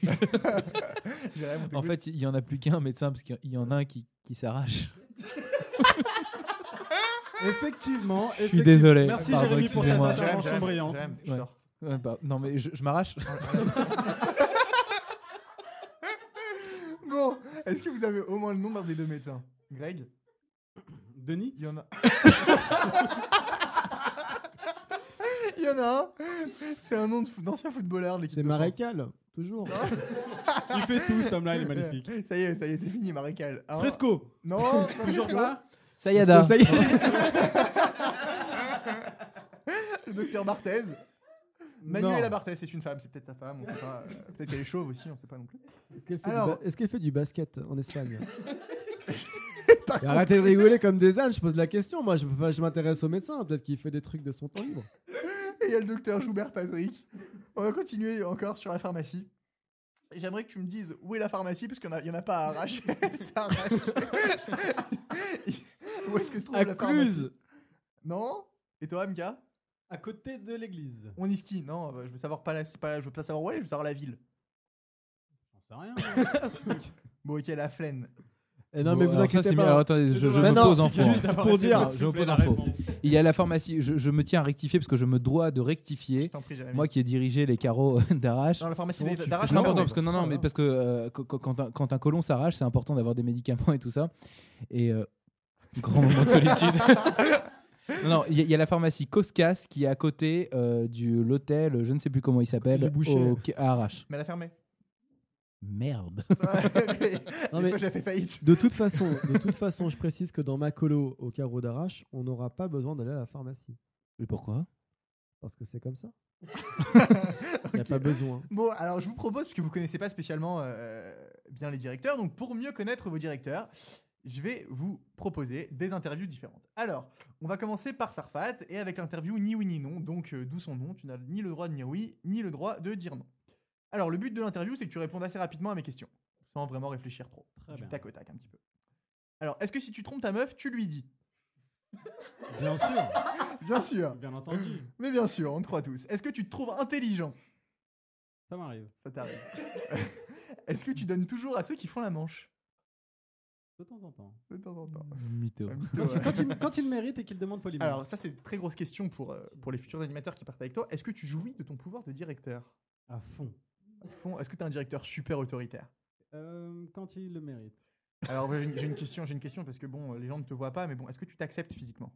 Jérém, on
en
t'écoute.
fait, il y en a plus qu'un médecin parce qu'il y en a un qui, qui s'arrache.
Effectivement,
Je suis désolé.
Merci
Pardon,
Jérémy pour cette
excusez-moi.
Jérém,
intervention
Jérém,
brillante.
Jérém, tu
Ouais.
sors.
Ouais, bah, non, mais je, je m'arrache.
Bon, est-ce que vous avez au moins le nom d'un des deux médecins Greg
Denis
Il y en a. Il y en a un. C'est un nom de fou- d'ancien footballeur, de l'équipe.
C'est
de France.
Marécal, toujours.
Il fait tout, cet homme-là, il est magnifique.
Ça y est, ça y est, c'est fini, Marécal. Hein
Fresco
Non, pas Fresco.
Sayada.
Ça y est.
Le docteur Barthez. Manuela
Non.
Barthez, c'est une femme, c'est peut-être sa femme, on sait pas. euh, Peut-être qu'elle est chauve aussi, on sait pas non plus.
Est-ce qu'elle fait,
Alors-
du ba- est-ce qu'elle fait du basket en Espagne Et Arrêtez de rigoler comme des ânes, je pose la question. Moi, je, enfin, je m'intéresse au médecin. Peut-être qu'il fait des trucs de son temps libre.
Et il y a le docteur Joubert Patrick. On va continuer encore sur la pharmacie. J'aimerais que tu me dises où est la pharmacie, parce qu'il n'y en, a pas à arracher. C'est à Rachel. où est-ce que se trouve
À
la pharmacie
Cluse
Non Et toi, Mika
À côté de l'église.
On y skie Non, bah, je veux savoir pas la, c'est pas la- je veux pas savoir où elle est, je veux savoir la ville.
J'en sais rien.
Bon, ok, la Flaine.
Eh non, mais vous
alors ça,
inquiétez
c'est-
pas.
alors, attendez, je, je
Mais
me
non,
pose info.
juste
hein.
pour dire.
je me pose info. Il y a la pharmacie. Je, je me tiens à rectifier parce que je me dois de rectifier.
t'en prie, Jérémy.
Moi qui ai dirigé les carreaux d'arrache.
Dans la pharmacie
Non,
des-
tu fais
d'arrache,
C'est
Non,
important
mais
parce que non, non, mais parce que euh, qu- qu- quand, un, quand un côlon s'arrache, c'est important d'avoir des médicaments et tout ça. Et euh, grand moment de solitude. Non, non, il y, a- il y a la pharmacie Coscas qui est à côté euh, du l'hôtel, je ne sais plus comment il
Du
s'appelle,
Boucher.
au- à Arrache.
Mais elle a fermé.
Merde.
Non,
Des
mais-
fois, j'ai fait faillite.
De toute façon, de toute façon, je précise que dans ma colo au carreau d'arrache, on n'aura pas besoin d'aller à la pharmacie
Mais pourquoi
parce que c'est comme ça. Il n'y a pas besoin.
Bon, alors je vous propose, puisque vous connaissez pas spécialement euh, bien les directeurs, donc pour mieux connaître vos directeurs, je vais vous proposer des interviews différentes. Alors, on va commencer par Sarfat et avec l'interview ni oui ni non, donc euh, d'où son nom, tu n'as ni le droit de dire oui, ni le droit de dire non. Alors, le but de l'interview, c'est que tu répondes assez rapidement à mes questions, sans vraiment réfléchir trop.
Très
du
bien.
tac au tac un petit peu. Alors, est-ce que si tu trompes ta meuf, tu lui dis
Bien sûr,
Bien sûr,
bien entendu.
mais bien sûr, on te croit tous. Est-ce que tu te trouves intelligent
Ça m'arrive.
Ça t'arrive. Est-ce que tu donnes toujours à ceux qui font la manche
De temps en temps.
De temps en temps. Un
Mytho.
Quand,
mytho,
il,
ouais.
quand, il, quand il mérite et qu'il demande poliment.
Alors, ça, c'est une très grosse question pour, euh, pour les futurs animateurs qui partent avec toi. Est-ce que tu jouis de ton pouvoir de directeur
À fond.
Bon, Est-ce que tu es un directeur super autoritaire
Euh, quand il le mérite.
Alors, j'ai une, j'ai une question, j'ai une question parce que bon, euh, les gens ne te voient pas, mais bon, est-ce que tu t'acceptes physiquement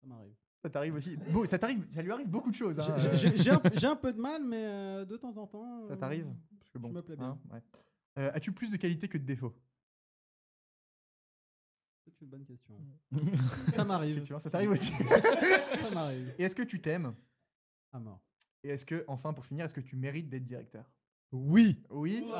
Ça m'arrive.
Ça t'arrive aussi. Bon, ça t'arrive, ça lui arrive beaucoup de choses. hein,
J'ai-
euh,
J'ai j'ai un, j'ai un peu de mal, mais euh, de temps en temps.
ça
euh,
t'arrive Parce que
je
bon,
me plais bien.
hein, ouais. Euh, As-tu plus de qualité que de défauts
C'est une bonne question. ça m'arrive.
Effectivement, ça t'arrive aussi.
Ça m'arrive.
Et est-ce que tu t'aimes
À mort.
Et est-ce que, enfin, pour finir, est-ce que tu mérites d'être directeur
Oui.
Oui.
Oh,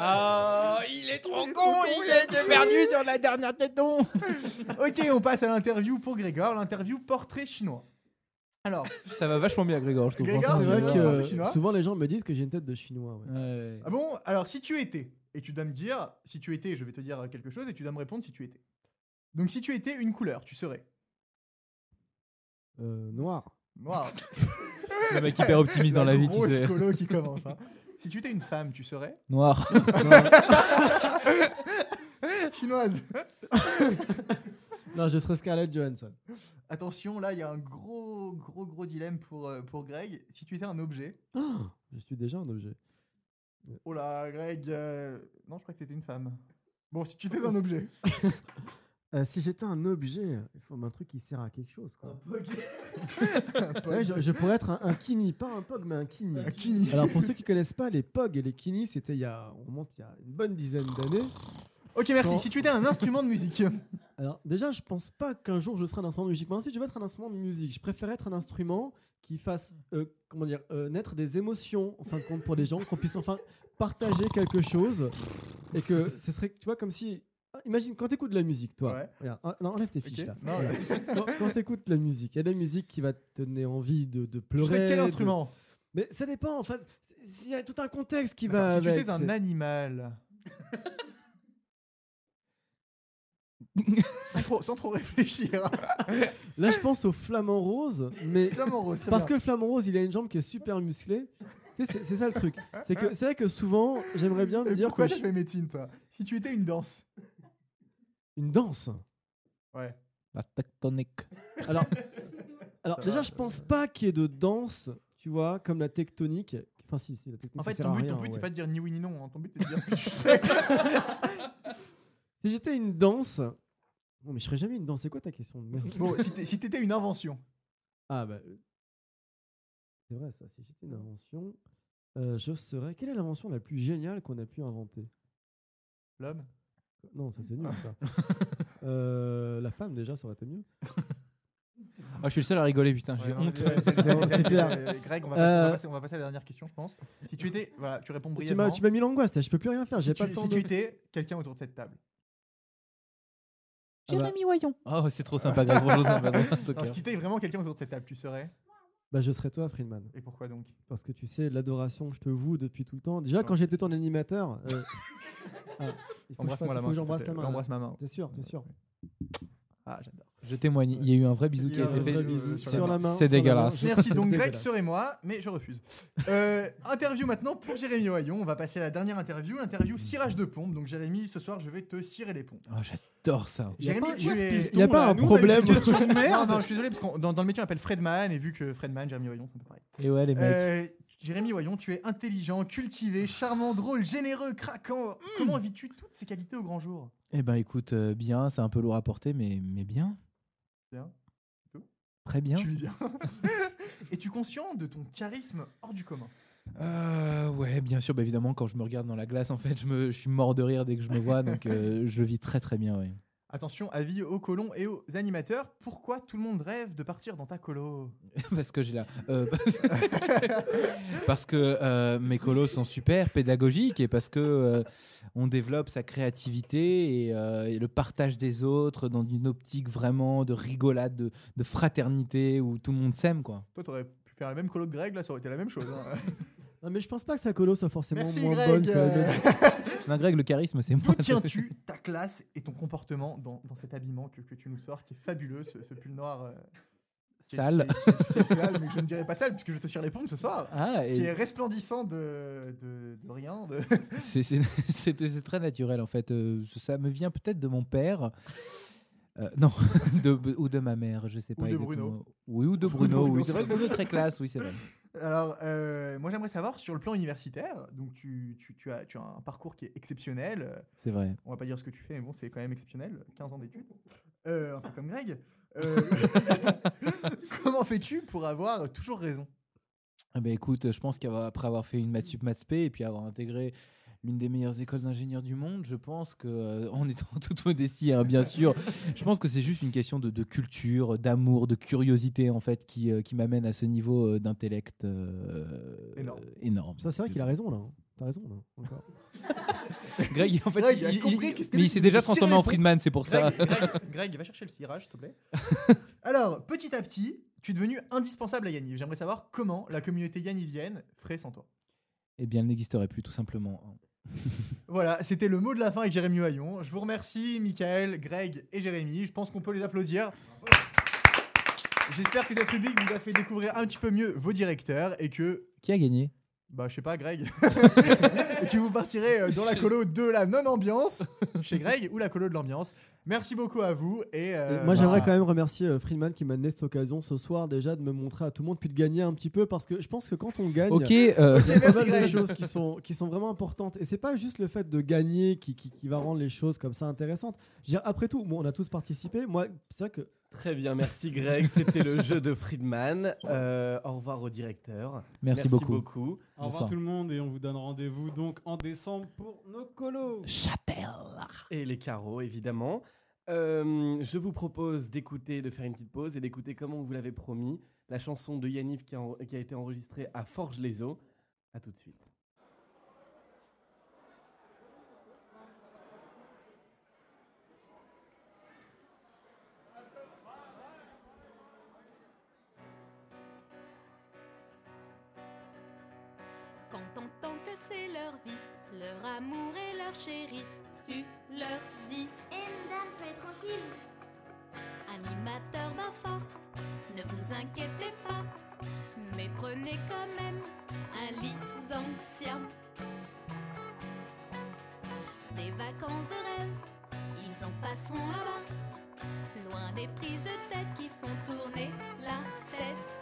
il est trop
Il est trop con, il est
de perdu dans la dernière téton.
Ok, on passe à l'interview pour Grégor, l'interview portrait chinois. Alors,
Ça va vachement bien, Grégor, je trouve.
Grégor,
franchement.
c'est
C'est vrai que
un
euh,
chinois
souvent les gens me disent que j'ai une tête de chinois. ouais.
Ouais.
ah bon, alors si tu étais, et tu dois me dire, si tu étais, je vais te dire quelque chose, et tu dois me répondre si tu étais. Donc si tu étais une couleur, tu serais
Euh, noir.
noir.
Le mec hyper optimiste dans la vie, tu
grosse
sais.
colo qui commence. hein. Si tu étais une femme, tu serais
Noir.
chinoise.
Non, je serais Scarlett Johansson.
Attention, là, il y a un gros, gros, gros dilemme pour, euh, pour Greg. Si tu étais un objet.
Ah, Je suis déjà un objet.
Oh là, Greg. euh, Non, je crois que tu étais une femme. Bon, si tu étais un objet.
Euh, si j'étais un objet, il faut un truc qui sert à quelque chose. Quoi.
Un
C'est vrai, je, je pourrais être un, un kini, pas un pog, mais un kini.
kini.
Alors pour ceux qui connaissent pas, les pogs et les kini, c'était il y a, on remonte il y a une bonne dizaine d'années.
Ok, merci.
Bon.
Si tu étais un instrument de musique.
Alors déjà, je pense pas qu'un jour je serai un instrument de musique. Moi, si je veux être un instrument de musique, je préfère être un instrument qui fasse, euh, comment dire, euh, naître des émotions en fin de compte pour les gens, qu'on puisse enfin partager quelque chose et que ce serait, tu vois, comme si, ah, imagine quand t'écoutes de la musique, toi.
Ouais.
Regarde, ah, non, enlève tes fiches
Ok.
là.
Non,
Voilà. Quand, quand t'écoutes de la musique, il y a de la musique qui va te donner envie de, de
Tu
pleurer.
serais quel
de-
instrument
Mais ça dépend, en fait. Il y a tout un contexte qui va
D'accord, Si tu
avec.
étais un
c'est-
animal. sans, trop, sans trop réfléchir.
Là, je pense au flamand rose, mais
Flamand rose, très
parce que
bien.
le flamand rose, il a une jambe qui est super musclée. Tu sais, C'est c'est ça le truc. C'est que c'est vrai que souvent, j'aimerais bien me
Et
dire
pourquoi
que
tu
je...
fais médecine, toi Si tu étais une danse.
une danse.
La tectonique.
Alors, alors
Ça
déjà,
va,
je pense pas qu'il y ait de danse, tu vois, comme la tectonique. Enfin, si, si la tectonique.
En
ça
fait,
sert
ton
à
but,
rien,
ton but c'est
ouais.
pas de dire ni oui ni non. hein. Ton but, c'est de dire ce que tu fais.
Si j'étais une danse, non mais je serais jamais une danse. C'est quoi ta question de merde
bon, si t'es- si t'étais une invention.
Ah bah. euh, C'est vrai ça, si j'étais une invention, euh, je serais. Quelle est l'invention la plus géniale qu'on a pu inventer
L'homme Ah.
Non, ça c'est nul ça. Euh, la femme déjà, ça aurait été mieux.
Ah, je suis le seul à rigoler, putain, j'ai
Ouais, non,
honte.
mais ouais, c'est- c'est-
Non,
c'est-
c'est clair.
euh, Greg, on va, passer, on va
Euh,
passer- on va passer à la dernière question, je pense. Si tu étais. Voilà, tu réponds
Tu m'as
brièvement.
tu m'as mis l'angoisse, là, je peux plus rien faire,
si
j'ai
tu,
pas le temps
si
de.
tu étais quelqu'un autour de cette table.
Ah bah,
Oh, c'est trop sympa, Greg. Bonjour, sympa.
Non, si t'étais vraiment quelqu'un autour de cette table, tu serais.
bah, je serais toi, Friedman,
Et pourquoi donc
parce que tu sais l'adoration que je te voue depuis tout le temps. Déjà quand j'étais ton animateur. euh, ah, il faut que je fasse-
Embrasse-moi la
il faut
main.
que
s'il te plaît.
J'embrasse la main. là.
J'embrasse ma main.
T'es sûr, t'es sûr.
Ah, j'adore.
Je témoigne, il y a eu un vrai bisou
Il y
qui a
a un
été fait.
vrai bisou sur la main.
C'est
Sur la main.
dégueulasse.
Merci donc Greg
Dégueulasse.
serait moi, mais je refuse. Euh, interview maintenant pour Jérémy Oyon. On va passer à la dernière interview, l'interview cirage de pompe. Donc Jérémy, ce soir, je vais te cirer les pompes.
Oh, J'adore ça.
Y a
Jérémy,
pas-
tu es-
y a pas un problème.
Non, non, je suis désolé parce que dans, dans le métier on appelle Fredman et vu que Fredman, Jérémy Oyon, c'est un peu pareil.
Et ouais, les mecs.
Euh, Jérémy Oyon, tu es intelligent, cultivé, charmant, drôle, généreux, craquant. Comment vis-tu toutes ces qualités au grand jour
Eh ben écoute, euh, bien, c'est un peu lourd à porter, mais, mais bien.
Bien. Tout.
Très bien.
Tu vis bien. Es-tu conscient de ton charisme hors du commun
Euh, ouais, bien sûr, bah, évidemment, quand je me regarde dans la glace, en fait, je, me, je suis mort de rire dès que je me vois, donc euh, je le vis très très bien, ouais.
Attention, avis aux colons et aux animateurs. Pourquoi tout le monde rêve de partir dans ta colo
Parce que j'ai la. euh, parce- parce que euh, mes colos sont super pédagogiques et parce que euh, on développe sa créativité et, euh, et le partage des autres dans une optique vraiment de rigolade, de, de fraternité où tout le monde s'aime, quoi.
Toi, t'aurais pu faire la même colo que Greg, là, ça aurait été la même chose. hein.
Non, mais je pense pas que sa colo soit forcément
Merci,
moins
Greg,
bonne que la
euh.
nôtre.
Non, Greg, le charisme, c'est
D'où
moi.
tiens-tu ta classe et ton comportement dans, dans cet habillement que, que tu nous sors, qui est fabuleux, ce, ce pull noir euh, qui est-
Sale.
qui est- qui est sale, mais je ne dirais pas sale, puisque je te tire les pompes ce soir.
Ah,
Qui
et
est resplendissant de, de, de rien. de-
c'est- c'est- c'était c'est très naturel en fait. Euh, ça me vient peut-être de mon père. Euh, non, de, ou de ma mère, je sais
Ou
pas.
de
exactement.
Bruno.
Oui, ou
Ou de
de Bruno.
Bruno.
Oui, c'est vrai que Bruno est très classe, oui, c'est vrai.
Alors, euh, moi j'aimerais savoir, sur le plan universitaire, donc tu, tu, tu as, tu as un parcours qui est exceptionnel. euh,
C'est vrai.
On va pas dire ce que tu fais, mais bon, c'est quand même exceptionnel. 15 ans d'études. Euh, un peu comme Greg. Euh, comment fais-tu pour avoir toujours raison
Eh ben, écoute, je pense qu'après avoir fait une maths sup maths spé et puis avoir intégré l'une des meilleures écoles d'ingénieurs du monde, je pense que, euh, en étant en toute modestie, hein, bien sûr, je pense que c'est juste une question de, de culture, d'amour, de curiosité en fait qui, euh, qui m'amène à ce niveau euh, d'intellect euh,
Énorme.
euh, énorme.
Ça, c'est vrai qu'il a raison, là. hein. T'as raison, là. encore.
Greg, en fait,
Greg
il,
a
il-
compris
il-
que c'était
mais
lui
il
qui
s'est déjà
devait
transformé
serrer
en
les
Friedman, c'est pour ça.
Greg, Greg, Greg, va chercher le cirage, s'il te plaît. Alors, petit à petit, tu es devenu indispensable à Yanniv. J'aimerais savoir comment la communauté Yannivienne ferait sans toi.
Eh bien, elle n'existerait plus, tout simplement. hein.
Voilà, c'était le mot de la fin avec Jérémy Hayon. Je vous remercie, Michael, Greg et Jérémy. Je pense qu'on peut les applaudir. J'espère que cette rubrique vous a fait découvrir un petit peu mieux vos directeurs et que
Qui a gagné
Bah, je sais pas, Greg. et que vous partirez euh, dans la colo de la non-ambiance chez Greg ou la colo de l'ambiance. Merci beaucoup à vous. Et, euh,
Et
bah,
Moi, j'aimerais quand même remercier euh, Friedman qui m'a donné cette occasion ce soir déjà de me montrer à tout le monde puis de gagner un petit peu parce que je pense que quand on gagne.
Ok, euh,
Il y a pas
Merci,
mal de
Greg.
choses qui sont, qui sont vraiment importantes. Et c'est pas juste le fait de gagner qui, qui, qui va rendre les choses comme ça intéressantes. Je veux dire, après tout, bon, on a tous participé. Moi, c'est vrai que
Très bien, merci Greg. C'était le jeu de Friedman. Euh, au revoir au directeur.
merci, beaucoup.
Au revoir
Bonsoir.
tout le monde et on vous donne rendez-vous donc en décembre pour nos colos.
Et les carreaux, évidemment. Euh, je vous propose d'écouter, de faire une petite pause et d'écouter, comme on vous l'avait promis, la chanson de Yaniv qui a, en- qui a été enregistrée à Forge-les-Eaux. À tout de suite.
Quand t'entends que c'est leur vie, leur amour et leur chérie, tu leur dis
Eh mesdames, soyez tranquilles,
Animateur BAFA, ne vous inquiétez pas, mais prenez quand même un licenciat. Des vacances de rêve, ils en passeront là-bas, loin des prises de tête qui font tourner la tête.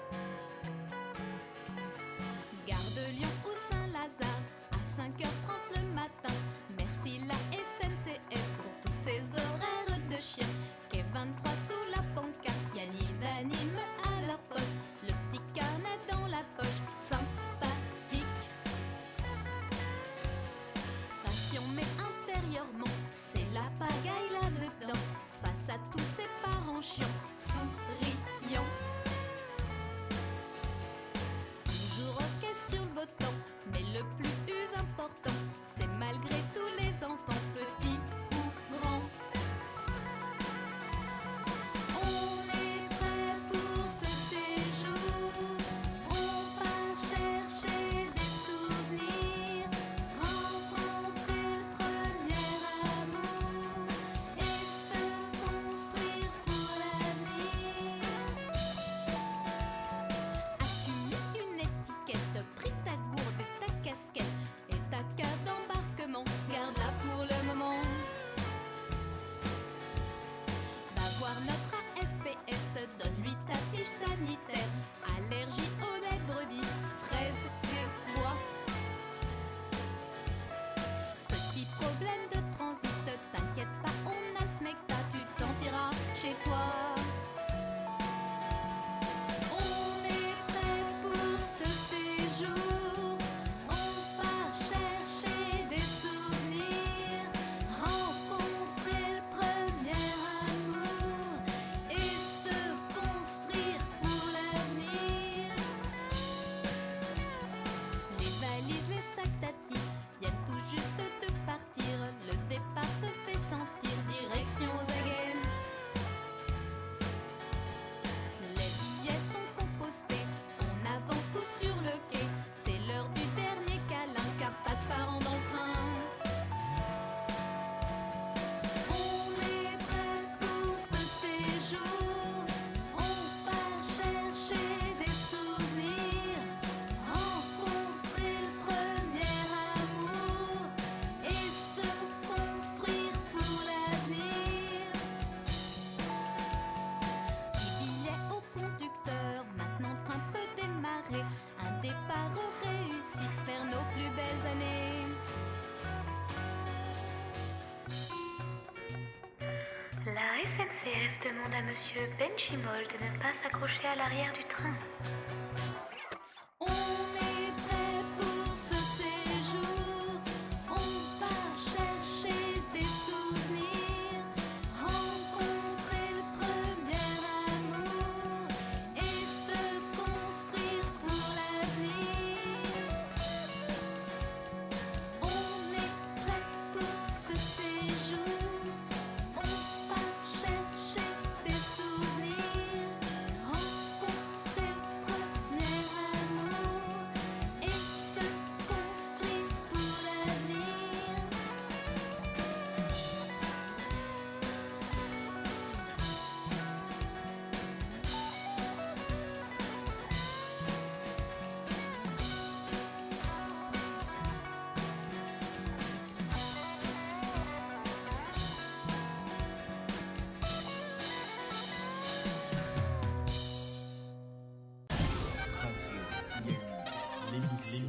Gare de Lyon ou Saint-Lazare, à 5h30 le matin. Merci la SNCF pour tous ces horaires de chien. Quai 23 sous la pancarte, Yanniv anime à leur poste. Le petit canard dans la poche, sympathique. Passion mais intérieurement, c'est la pagaille là-dedans. Face à tous ces parents chiants, souriants. Toujours ok sur le beau temps, mais le plus important, c'est malgré tous les enfants, petits ou grands. On est prêt pour ce séjour, on part chercher des souvenirs, rencontrer le premier amour et se construire pour l'avenir. voir notre AFPS. Donne-lui ta fiche sanitaire. Allergie aux lait de brebis, fraises et pois. Petit problème de transit, t'inquiète pas, on a ce mec là, tu te sentiras chez toi. On est prêt pour ce séjour, on part chercher des souvenirs, rencontrer le premier amour et se construire pour l'avenir. Les valises, les sacs tati viennent tout juste de partir. Le départ se fait sentir, direction aux aguets. Les billets sont compostés, on avance tous sur le quai. C'est l'heure du dernier câlin, car pas de parents dans le train. On est prêt pour ce séjour, on part chercher des souvenirs. Rencontrer le premier amour et se construire pour l'avenir. Petit billet au conducteur, maintenant le train peut démarrer. Un départ réussi vers nos plus belles années.
La SNCF demande à Monsieur Benchimol de ne pas s'accrocher à l'arrière du train.
On est prêt pour ce séjour, on part chercher des souvenirs, rencontrer le premier amour et se construire pour l'avenir. On est prêt pour ce séjour, on part chercher des souvenirs, rencontrer le premier amour et se construire pour l'avenir.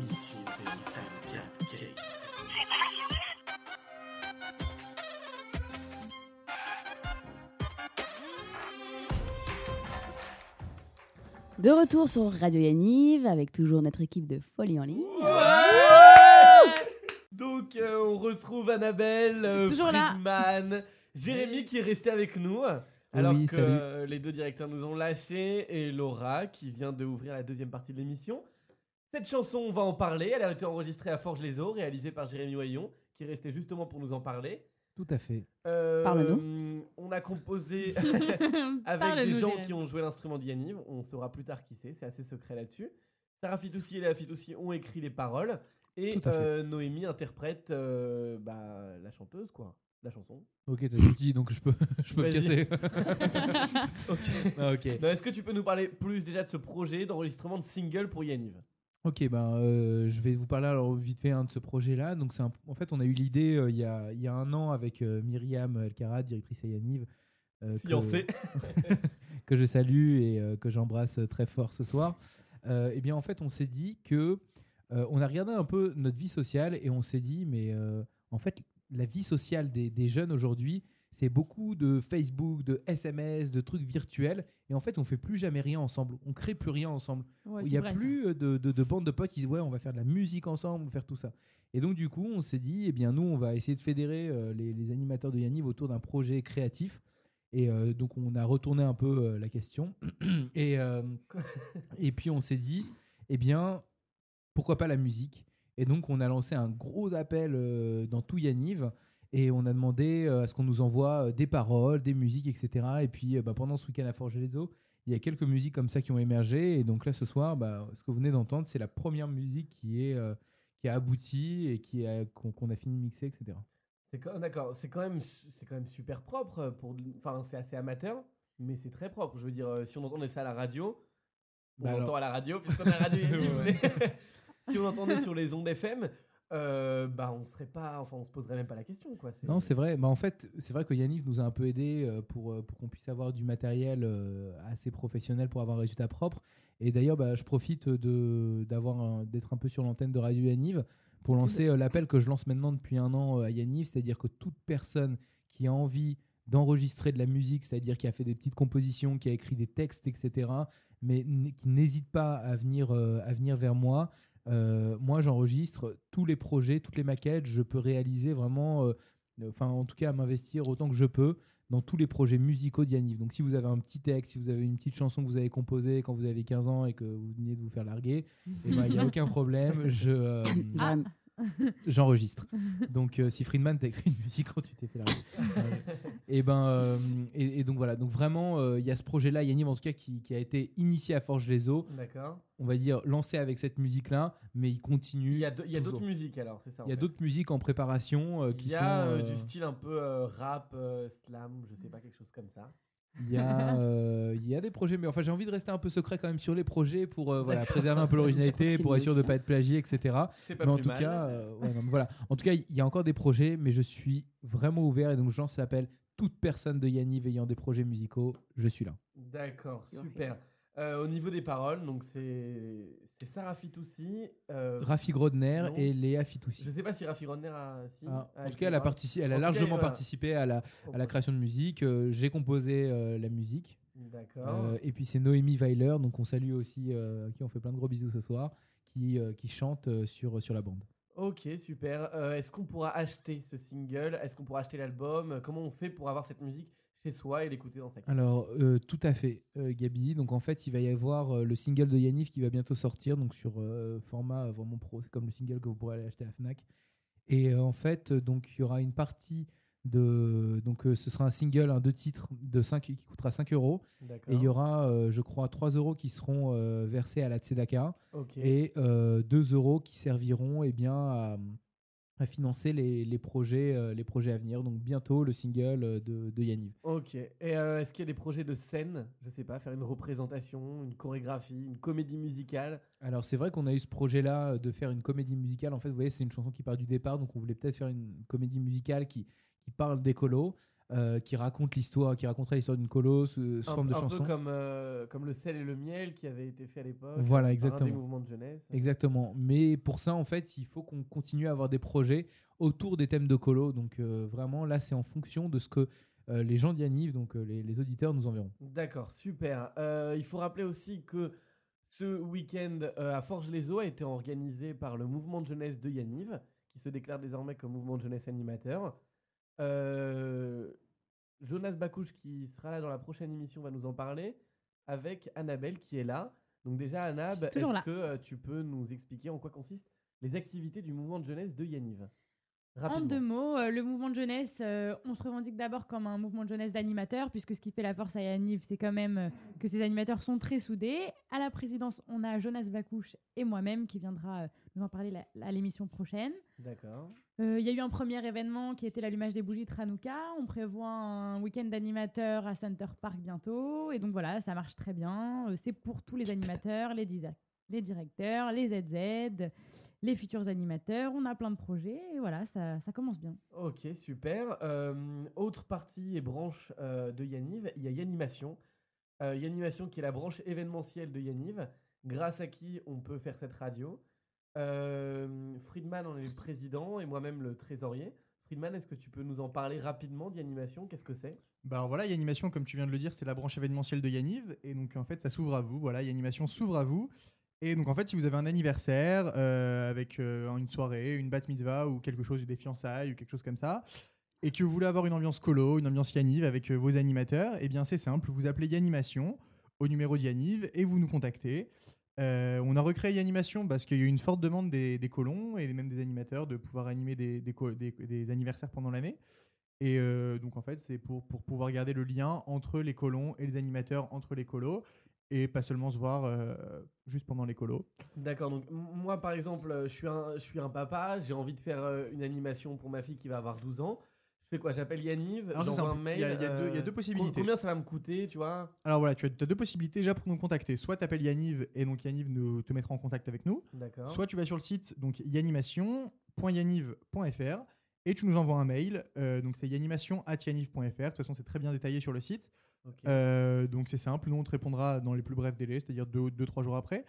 L'émission des femmes cupcakes.
De retour sur Radio Yaniv avec toujours notre équipe de Folie en ligne.
Donc euh, on retrouve Annabelle, euh,
toujours là.
Friedman, Jérémy qui est resté avec nous. Alors que euh, les deux directeurs nous ont lâchés et Laura qui vient de ouvrir la deuxième partie de l'émission. Cette chanson, on va en parler. Elle a été enregistrée à Forge les Eaux, réalisée par Jérémy Wayon, qui est resté justement pour nous en parler.
Tout à fait.
Euh,
Parle-nous.
On a composé avec des
Parle-nous,
gens
Jérémy.
qui ont joué l'instrument d'Yaniv. On saura plus tard qui c'est, c'est assez secret là-dessus. Sarah Fitoussi et Léa Fitoussi ont écrit les paroles. Et
Tout à fait.
euh, Noémie interprète euh, bah, la chanteuse, quoi. La chanson.
Ok, t'as tout dit, donc je peux, je peux me
Vas-y.
casser.
Ok.
Ah, ok.
Non, Est-ce que tu peux nous parler plus déjà de ce projet d'enregistrement de single pour Yaniv
Ok, ben, euh, je vais vous parler alors vite fait hein, de ce projet-là. Donc, c'est un- en fait, on a eu l'idée euh, il y, a, il y a un an avec euh, Myriam Elkara, directrice à Yaniv. euh, que-
Fiancée.
que je salue et euh, que j'embrasse très fort ce soir. Euh, eh bien, en fait, on s'est dit que euh, on a regardé un peu notre vie sociale et on s'est dit, mais euh, en fait, la vie sociale des, des jeunes aujourd'hui, c'est beaucoup de Facebook, de SMS, de trucs virtuels. Et en fait, on fait plus jamais rien ensemble. On crée plus rien ensemble.
Ouais,
Il
c'est
n'y a
vrai, ça.
plus euh, de, de, de bande de potes qui disent ouais on va faire de la musique ensemble, on va faire tout ça. Et donc du coup on s'est dit eh bien nous on va essayer de fédérer euh, les, les animateurs de Yaniv autour d'un projet créatif. Et euh, donc on a retourné un peu euh, la question et euh, et puis on s'est dit eh bien pourquoi pas la musique. Et donc on a lancé un gros appel euh, dans tout Yaniv. Et on a demandé euh, à ce qu'on nous envoie euh, des paroles, des musiques, etc. Et puis euh, bah, pendant ce week-end à Forger les Eaux, il y a quelques musiques comme ça qui ont émergé. Et donc là, ce soir, bah, ce que vous venez d'entendre, c'est la première musique qui, est, euh, qui a abouti et qui a- qu'on qu'on a fini de mixer, etc.
C'est quand- D'accord, c'est quand, même su- c'est quand même super propre. euh, Pour... Enfin, c'est assez amateur, mais c'est très propre. Je veux dire, euh, si on entendait ça à la radio, on
Bah alors.
l'entend à la radio, puisqu'on a la radio Yaniv,
Ouais.
mais si on entendait sur les ondes FM, euh, bah on serait pas, enfin on se poserait même pas la question quoi.
Non, c'est vrai. Bah, en fait, c'est vrai que Yanniv nous a un peu aidé euh, pour, euh, pour qu'on puisse avoir du matériel euh, assez professionnel pour avoir un résultat propre. Et d'ailleurs, bah, je profite de d'avoir un- d'être un peu sur l'antenne de Radio Yanniv pour lancer euh, l'appel que je lance maintenant depuis un an euh, à Yanniv, c'est-à-dire que toute personne qui a envie d'enregistrer de la musique, c'est-à-dire qui a fait des petites compositions, qui a écrit des textes, etc., mais n- qui n'hésite pas à venir, euh, à venir vers moi. Euh, moi, j'enregistre tous les projets, toutes les maquettes. Je peux réaliser vraiment, euh, euh, enfin, en tout cas, à m'investir autant que je peux dans tous les projets musicaux d'Yaniv. Donc, si vous avez un petit texte, si vous avez une petite chanson que vous avez composée quand vous avez 15 ans et que vous venez de vous faire larguer, eh ben, il n'y a aucun problème. Je, euh,
Ah.
J'enregistre. Donc, euh, si Friedman t'a écrit une musique quand tu t'es fait larguer. Euh, et ben, euh, et, et donc voilà. Donc vraiment, euh, il y a ce projet-là, Yanniv en tout cas, qui, qui a été initié à Forge les Eaux.
D'accord.
On va dire lancé avec cette musique-là, mais il continue.
Il y a de- il y a d'autres
toujours.
musiques, alors, c'est ça, en
Il y a
fait.
d'autres musiques en préparation euh, qui
Il y a
sont.
euh,
euh,
du style un peu euh, rap, euh, slam, je sais pas quelque chose comme ça.
Il y, a, euh, il y a des projets, mais enfin j'ai envie de rester un peu secret quand même sur les projets pour euh, voilà, préserver un peu l'originalité,
C'est
pour être sûr de
mieux.
ne pas être plagié, etc.
C'est pas
mais en
plus
tout
mal.
cas, euh, ouais, non, mais voilà. En tout cas, il y a encore des projets, mais je suis vraiment ouvert et donc je lance l'appel. Toute personne de Yanniv ayant des projets musicaux, je suis là.
D'accord, super. Euh, au niveau des paroles, donc c'est c'est Sarah Fitoussi, euh,
Rafi Grodner
non.
et Léa Fitoussi.
Je sais pas si Rafi Grodner a. si,
Ah,
a
en tout
écrit
cas, elle a,
paroles.
partici- elle
En
a
tout cas, euh, oh,
largement
voilà.
participé à la, à la création de musique. Euh, J'ai composé euh, la musique.
D'accord.
Euh, et puis c'est Noémie Weiler, donc on salue aussi, euh, à qui on fait plein de gros bisous ce soir, qui, euh, qui chante euh, sur, sur la bande.
Ok, super. Euh, Est-ce qu'on pourra acheter ce single Est-ce qu'on pourra acheter l'album Comment on fait pour avoir cette musique chez soi et l'écouter dans sa cuisine
Alors, euh, tout à fait, euh, Gabi. Donc, en fait, il va y avoir euh, le single de Yanniv qui va bientôt sortir, donc sur euh, format euh, vraiment pro. C'est comme le single que vous pourrez aller acheter à la Fnac. Et euh, en fait, euh, donc, il y aura une partie de. Donc, euh, ce sera un single, un deux titres de 5, qui coûtera 5 euros.
D'accord.
Et il y aura, euh, je crois, 3 euros qui seront euh, versés à la Tzedaka.
Ok.
Et euh, 2 euros qui serviront eh bien, à, à financer les, les projets, euh, les projets à venir. Donc, bientôt, le single euh, de, de Yanniv.
Ok. Et euh, est-ce qu'il y a des projets de scène Je sais pas, faire une représentation, une chorégraphie, une comédie musicale
Alors c'est vrai qu'on a eu ce projet-là euh, de faire une comédie musicale. En fait, vous voyez, c'est une chanson qui part du départ, donc on voulait peut-être faire une comédie musicale qui, qui parle des colos, euh, qui raconte l'histoire, qui raconterait l'histoire d'une colo sous, sous
un,
forme de
un
chanson.
peu comme, euh, comme le sel et le miel qui avait été fait à l'époque. par
Voilà,
un
exactement.
des mouvements de jeunesse.
Exactement. Mais pour ça, en fait, il faut qu'on continue à avoir des projets autour des thèmes de colo. Donc euh, vraiment, là, c'est en fonction de ce que euh, les gens d'Yaniv, donc euh, les, les auditeurs, nous enverront.
D'accord, super. Euh, il faut rappeler aussi que ce week-end euh, à Forge-les-Eaux a été organisé par le mouvement de jeunesse de Yaniv, qui se déclare désormais comme mouvement de jeunesse animateur. Euh, Jonas Bakouche, qui sera là dans la prochaine émission, va nous en parler, avec Annabelle qui est là. Donc déjà, Annab,
suis toujours là.
est-ce que euh, tu peux nous expliquer en quoi consistent les activités du mouvement de jeunesse de Yaniv
En
Rapidement.
deux mots, euh, le mouvement de jeunesse, euh, on se revendique d'abord comme un mouvement de jeunesse d'animateurs, puisque ce qui fait la force à Yaniv, c'est quand même euh, que ces animateurs sont très soudés. À la présidence, on a Jonas Bakouche et moi-même qui viendra euh, nous en parler la- à l'émission prochaine.
D'accord.
Euh, Il y a eu un premier événement qui était l'allumage des bougies de Hanouka. On prévoit un week-end d'animateurs à Center Park bientôt. Et donc voilà, ça marche très bien. Euh, C'est pour tous les animateurs, les, disa- les directeurs, les ZZ, les futurs animateurs. On a plein de projets. Et voilà, ça, ça commence bien.
Ok, super. Euh, autre partie et branche euh, de Yaniv, il y a Yanimation. Euh, Yanimation qui est la branche événementielle de Yaniv, grâce à qui on peut faire cette radio. Euh, Friedman en est le président et moi-même le trésorier. Friedman, est-ce que tu peux nous en parler rapidement d'Yanimation Qu'est-ce que c'est
Bah alors voilà, Yanimation, comme tu viens de le dire, c'est la branche événementielle de Yaniv. Et donc, en fait, ça s'ouvre à vous. Voilà, Yanimation s'ouvre à vous. Et donc, en fait, si vous avez un anniversaire euh, avec euh, une soirée, une bat mitzvah ou quelque chose, des fiançailles ou quelque chose comme ça, et que vous voulez avoir une ambiance colo, une ambiance Yaniv avec euh, vos animateurs, eh bien, c'est simple. Vous appelez Yanimation au numéro de Yaniv et vous nous contactez. Euh, on a recréé Yanimation parce qu'il y a eu une forte demande des, des colons et même des animateurs de pouvoir animer des, des co- des- des anniversaires pendant l'année. Et euh, donc en fait, c'est pour, pour pouvoir garder le lien entre les colons et les animateurs entre les colos et pas seulement se voir euh, juste pendant les colos.
D'accord, donc m- moi par exemple, euh, je suis un, je suis un papa, j'ai envie de faire euh, une animation pour ma fille qui va avoir 12 ans. fais quoi J'appelle Yanniv,
Alors, c'est
j'envoie un
simple.
mail.
Il y a- il y a deux- il y a
euh,
deux possibilités.
Combien ça va me coûter, tu vois
Alors voilà, tu as, t'as deux possibilités déjà pour nous contacter. Soit tu appelles Yaniv et donc Yaniv nous, te mettra en contact avec nous.
D'accord.
Soit tu vas sur le site donc yanimation.yaniv.fr et tu nous envoies un mail. Euh, donc c'est yanimation.yaniv.fr. De toute façon, c'est très bien détaillé sur le site.
Ok.
Euh, donc c'est simple, nous on te répondra dans les plus brefs délais, c'est-à-dire 2-3 jours après.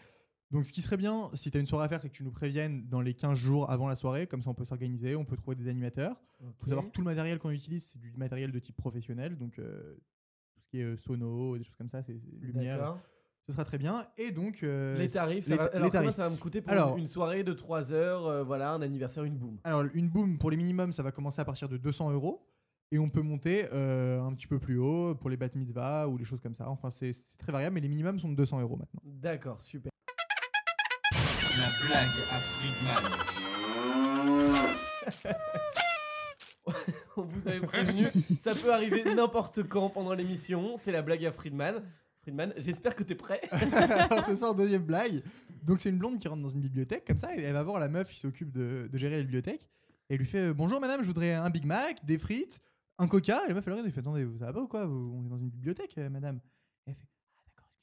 Donc ce qui serait bien, si tu as une soirée à faire, c'est que tu nous préviennes dans les 15 jours avant la soirée, comme ça on peut s'organiser, on peut trouver des animateurs.
Ok.
faut savoir que tout le matériel qu'on utilise, c'est du matériel de type professionnel, donc euh, tout ce qui est euh, sono, des choses comme ça, c'est c'est lumière,
D'accord.
ce sera très bien. Et donc... euh,
les tarifs, ça
les
va,
ta-
alors
les
combien
tarifs.
ça va me coûter pour
Alors,
une une soirée de 3 heures, euh, voilà, un anniversaire, une boum.
Alors, une boom pour les minimums, ça va commencer à partir de 200 euros. Et on peut monter euh, un petit peu plus haut pour les bat mitzvah ou les choses comme ça. Enfin, c'est c'est très variable, mais les minimums sont de 200 euros maintenant.
D'accord, super.
La blague à Friedman.
On vous avait prévenu, ça peut arriver n'importe quand pendant l'émission. C'est la blague à Friedman. Friedman, j'espère que t'es prêt.
Alors, ce soir, deuxième blague. Donc, c'est une blonde qui rentre dans une bibliothèque, comme ça, et elle va voir la meuf qui s'occupe de, de gérer la bibliothèque. Et elle lui fait euh, Bonjour madame, je voudrais un Big Mac, des frites, un coca. Et la meuf, elle regarde, elle fait Attendez, vous- ça va pas ou quoi Vous- On est dans une bibliothèque, euh, madame. Et elle fait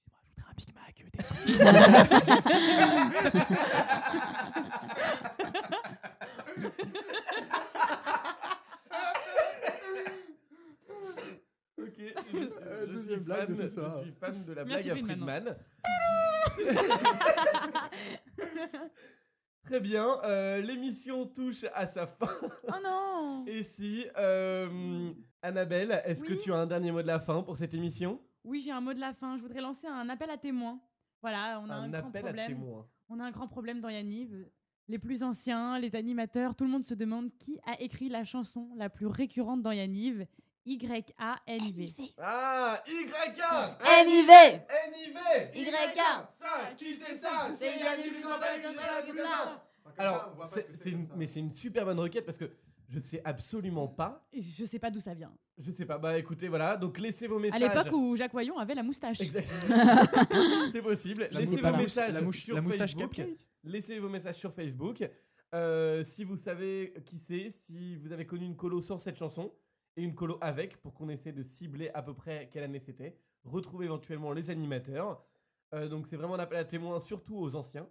Ah, d'accord, excusez-moi, je voudrais un Big Mac, euh, des
Ok, je,
Euh,
je suis
deuxième blague
fan,
de ce soir.
je suis fan de la
Merci,
blague à Friedman.
Friedman.
Très bien, euh, l'émission touche à sa fin.
Oh non
Et si, euh, Annabelle, est-ce que
Oui.
tu as un dernier mot de la fin pour cette émission
Oui, j'ai un mot de la fin. Je voudrais lancer un appel à témoins. Voilà, on a un, grand
appel à
problème.
témoins.
On a un grand problème dans Yanniv. Les plus anciens, les animateurs, tout le monde se demande qui a écrit la chanson la plus récurrente dans Yanniv. Y-A-N-V.
Ah, YK
NIV
NIV
YK.
Ça, qui c'est ça
C'est Yannick Luxembourg, Luxembourg, Luxembourg.
Alors, c'est- c'est une- mais c'est une super bonne requête parce que je sais absolument pas.
Je sais pas d'où ça vient.
Je sais pas. Bah écoutez, voilà. Donc laissez vos
À
messages.
l'époque où Jacques Wayon avait la moustache.
Exactement. c'est possible.
La mouche-
laissez vos
la mouche-
messages
la mouche-
sur
la moustache
Facebook.
cupcake.
Laissez vos messages sur Facebook. Euh, si vous savez qui c'est, si vous avez connu une colo sans cette chanson et une colo avec, pour qu'on essaie de cibler à peu près quelle année c'était, retrouvez éventuellement les animateurs. Euh, donc c'est vraiment un appel à témoins, surtout aux anciens.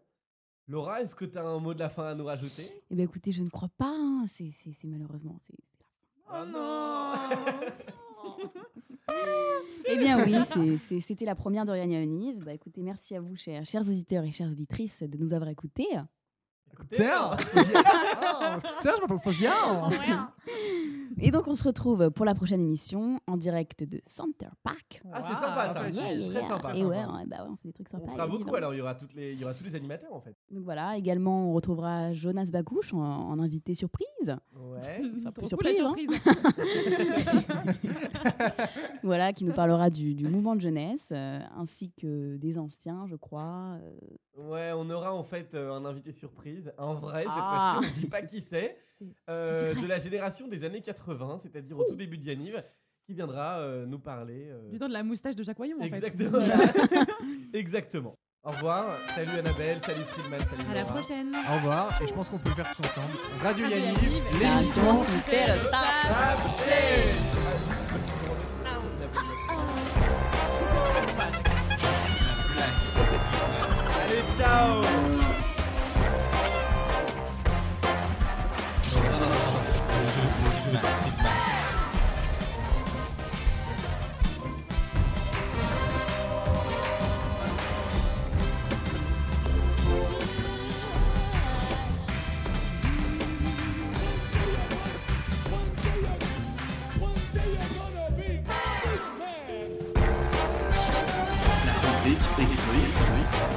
Laura, est-ce que tu as un mot de la fin à nous rajouter
Eh bien, écoutez, je ne crois pas. hein. C'est c'est- c'est malheureusement. c'est-
Oh non
Eh bien oui, c'est- c'est- c'était la première d'Oriane Yaniv. Bah, écoutez, merci à vous, chers, chers auditeurs et chères auditrices, de nous avoir écoutés.
Serre
Oh,
Serre, je m'appelle Foggia
Et donc, on se retrouve pour la prochaine émission en direct de Center Park.
Ah, c'est sympa ça,
Sympa,
très
Yeah, yeah, yeah.
sympa.
Et ouais, ouais, bah ouais, on fait des trucs sympas.
On sera
et
beaucoup
évidemment.
alors, il y aura toutes les- il y aura tous les animateurs en fait.
Donc voilà, également, on retrouvera Jonas Bagouche en, en invité surprise.
Ouais.
C'est un peu
Trop cool, la
surprise, hein. voilà, qui nous parlera du, du mouvement de jeunesse, euh, ainsi que des anciens, je crois. euh.
Ouais, on aura en fait euh, un invité surprise, un vrai
Ah.
cette fois-ci, on dit pas qui c'est,
C'est- c'est
euh,
secret.
de la génération des années 80, c'est-à-dire au tout début de Yaniv, qui viendra euh, nous parler. euh,
Du temps de la moustache de Jacques Wayon, en fait.
exactement. exactement. Au revoir, salut Annabelle, salut Friedman, salut
À la
Laura.
prochaine.
Au revoir, et je pense qu'on peut le faire tous ensemble. Radio
Radio
Yanniv,
Yaniv,
l'émission.
qui fait le taf.
Allez, ciao
La rubrique existe.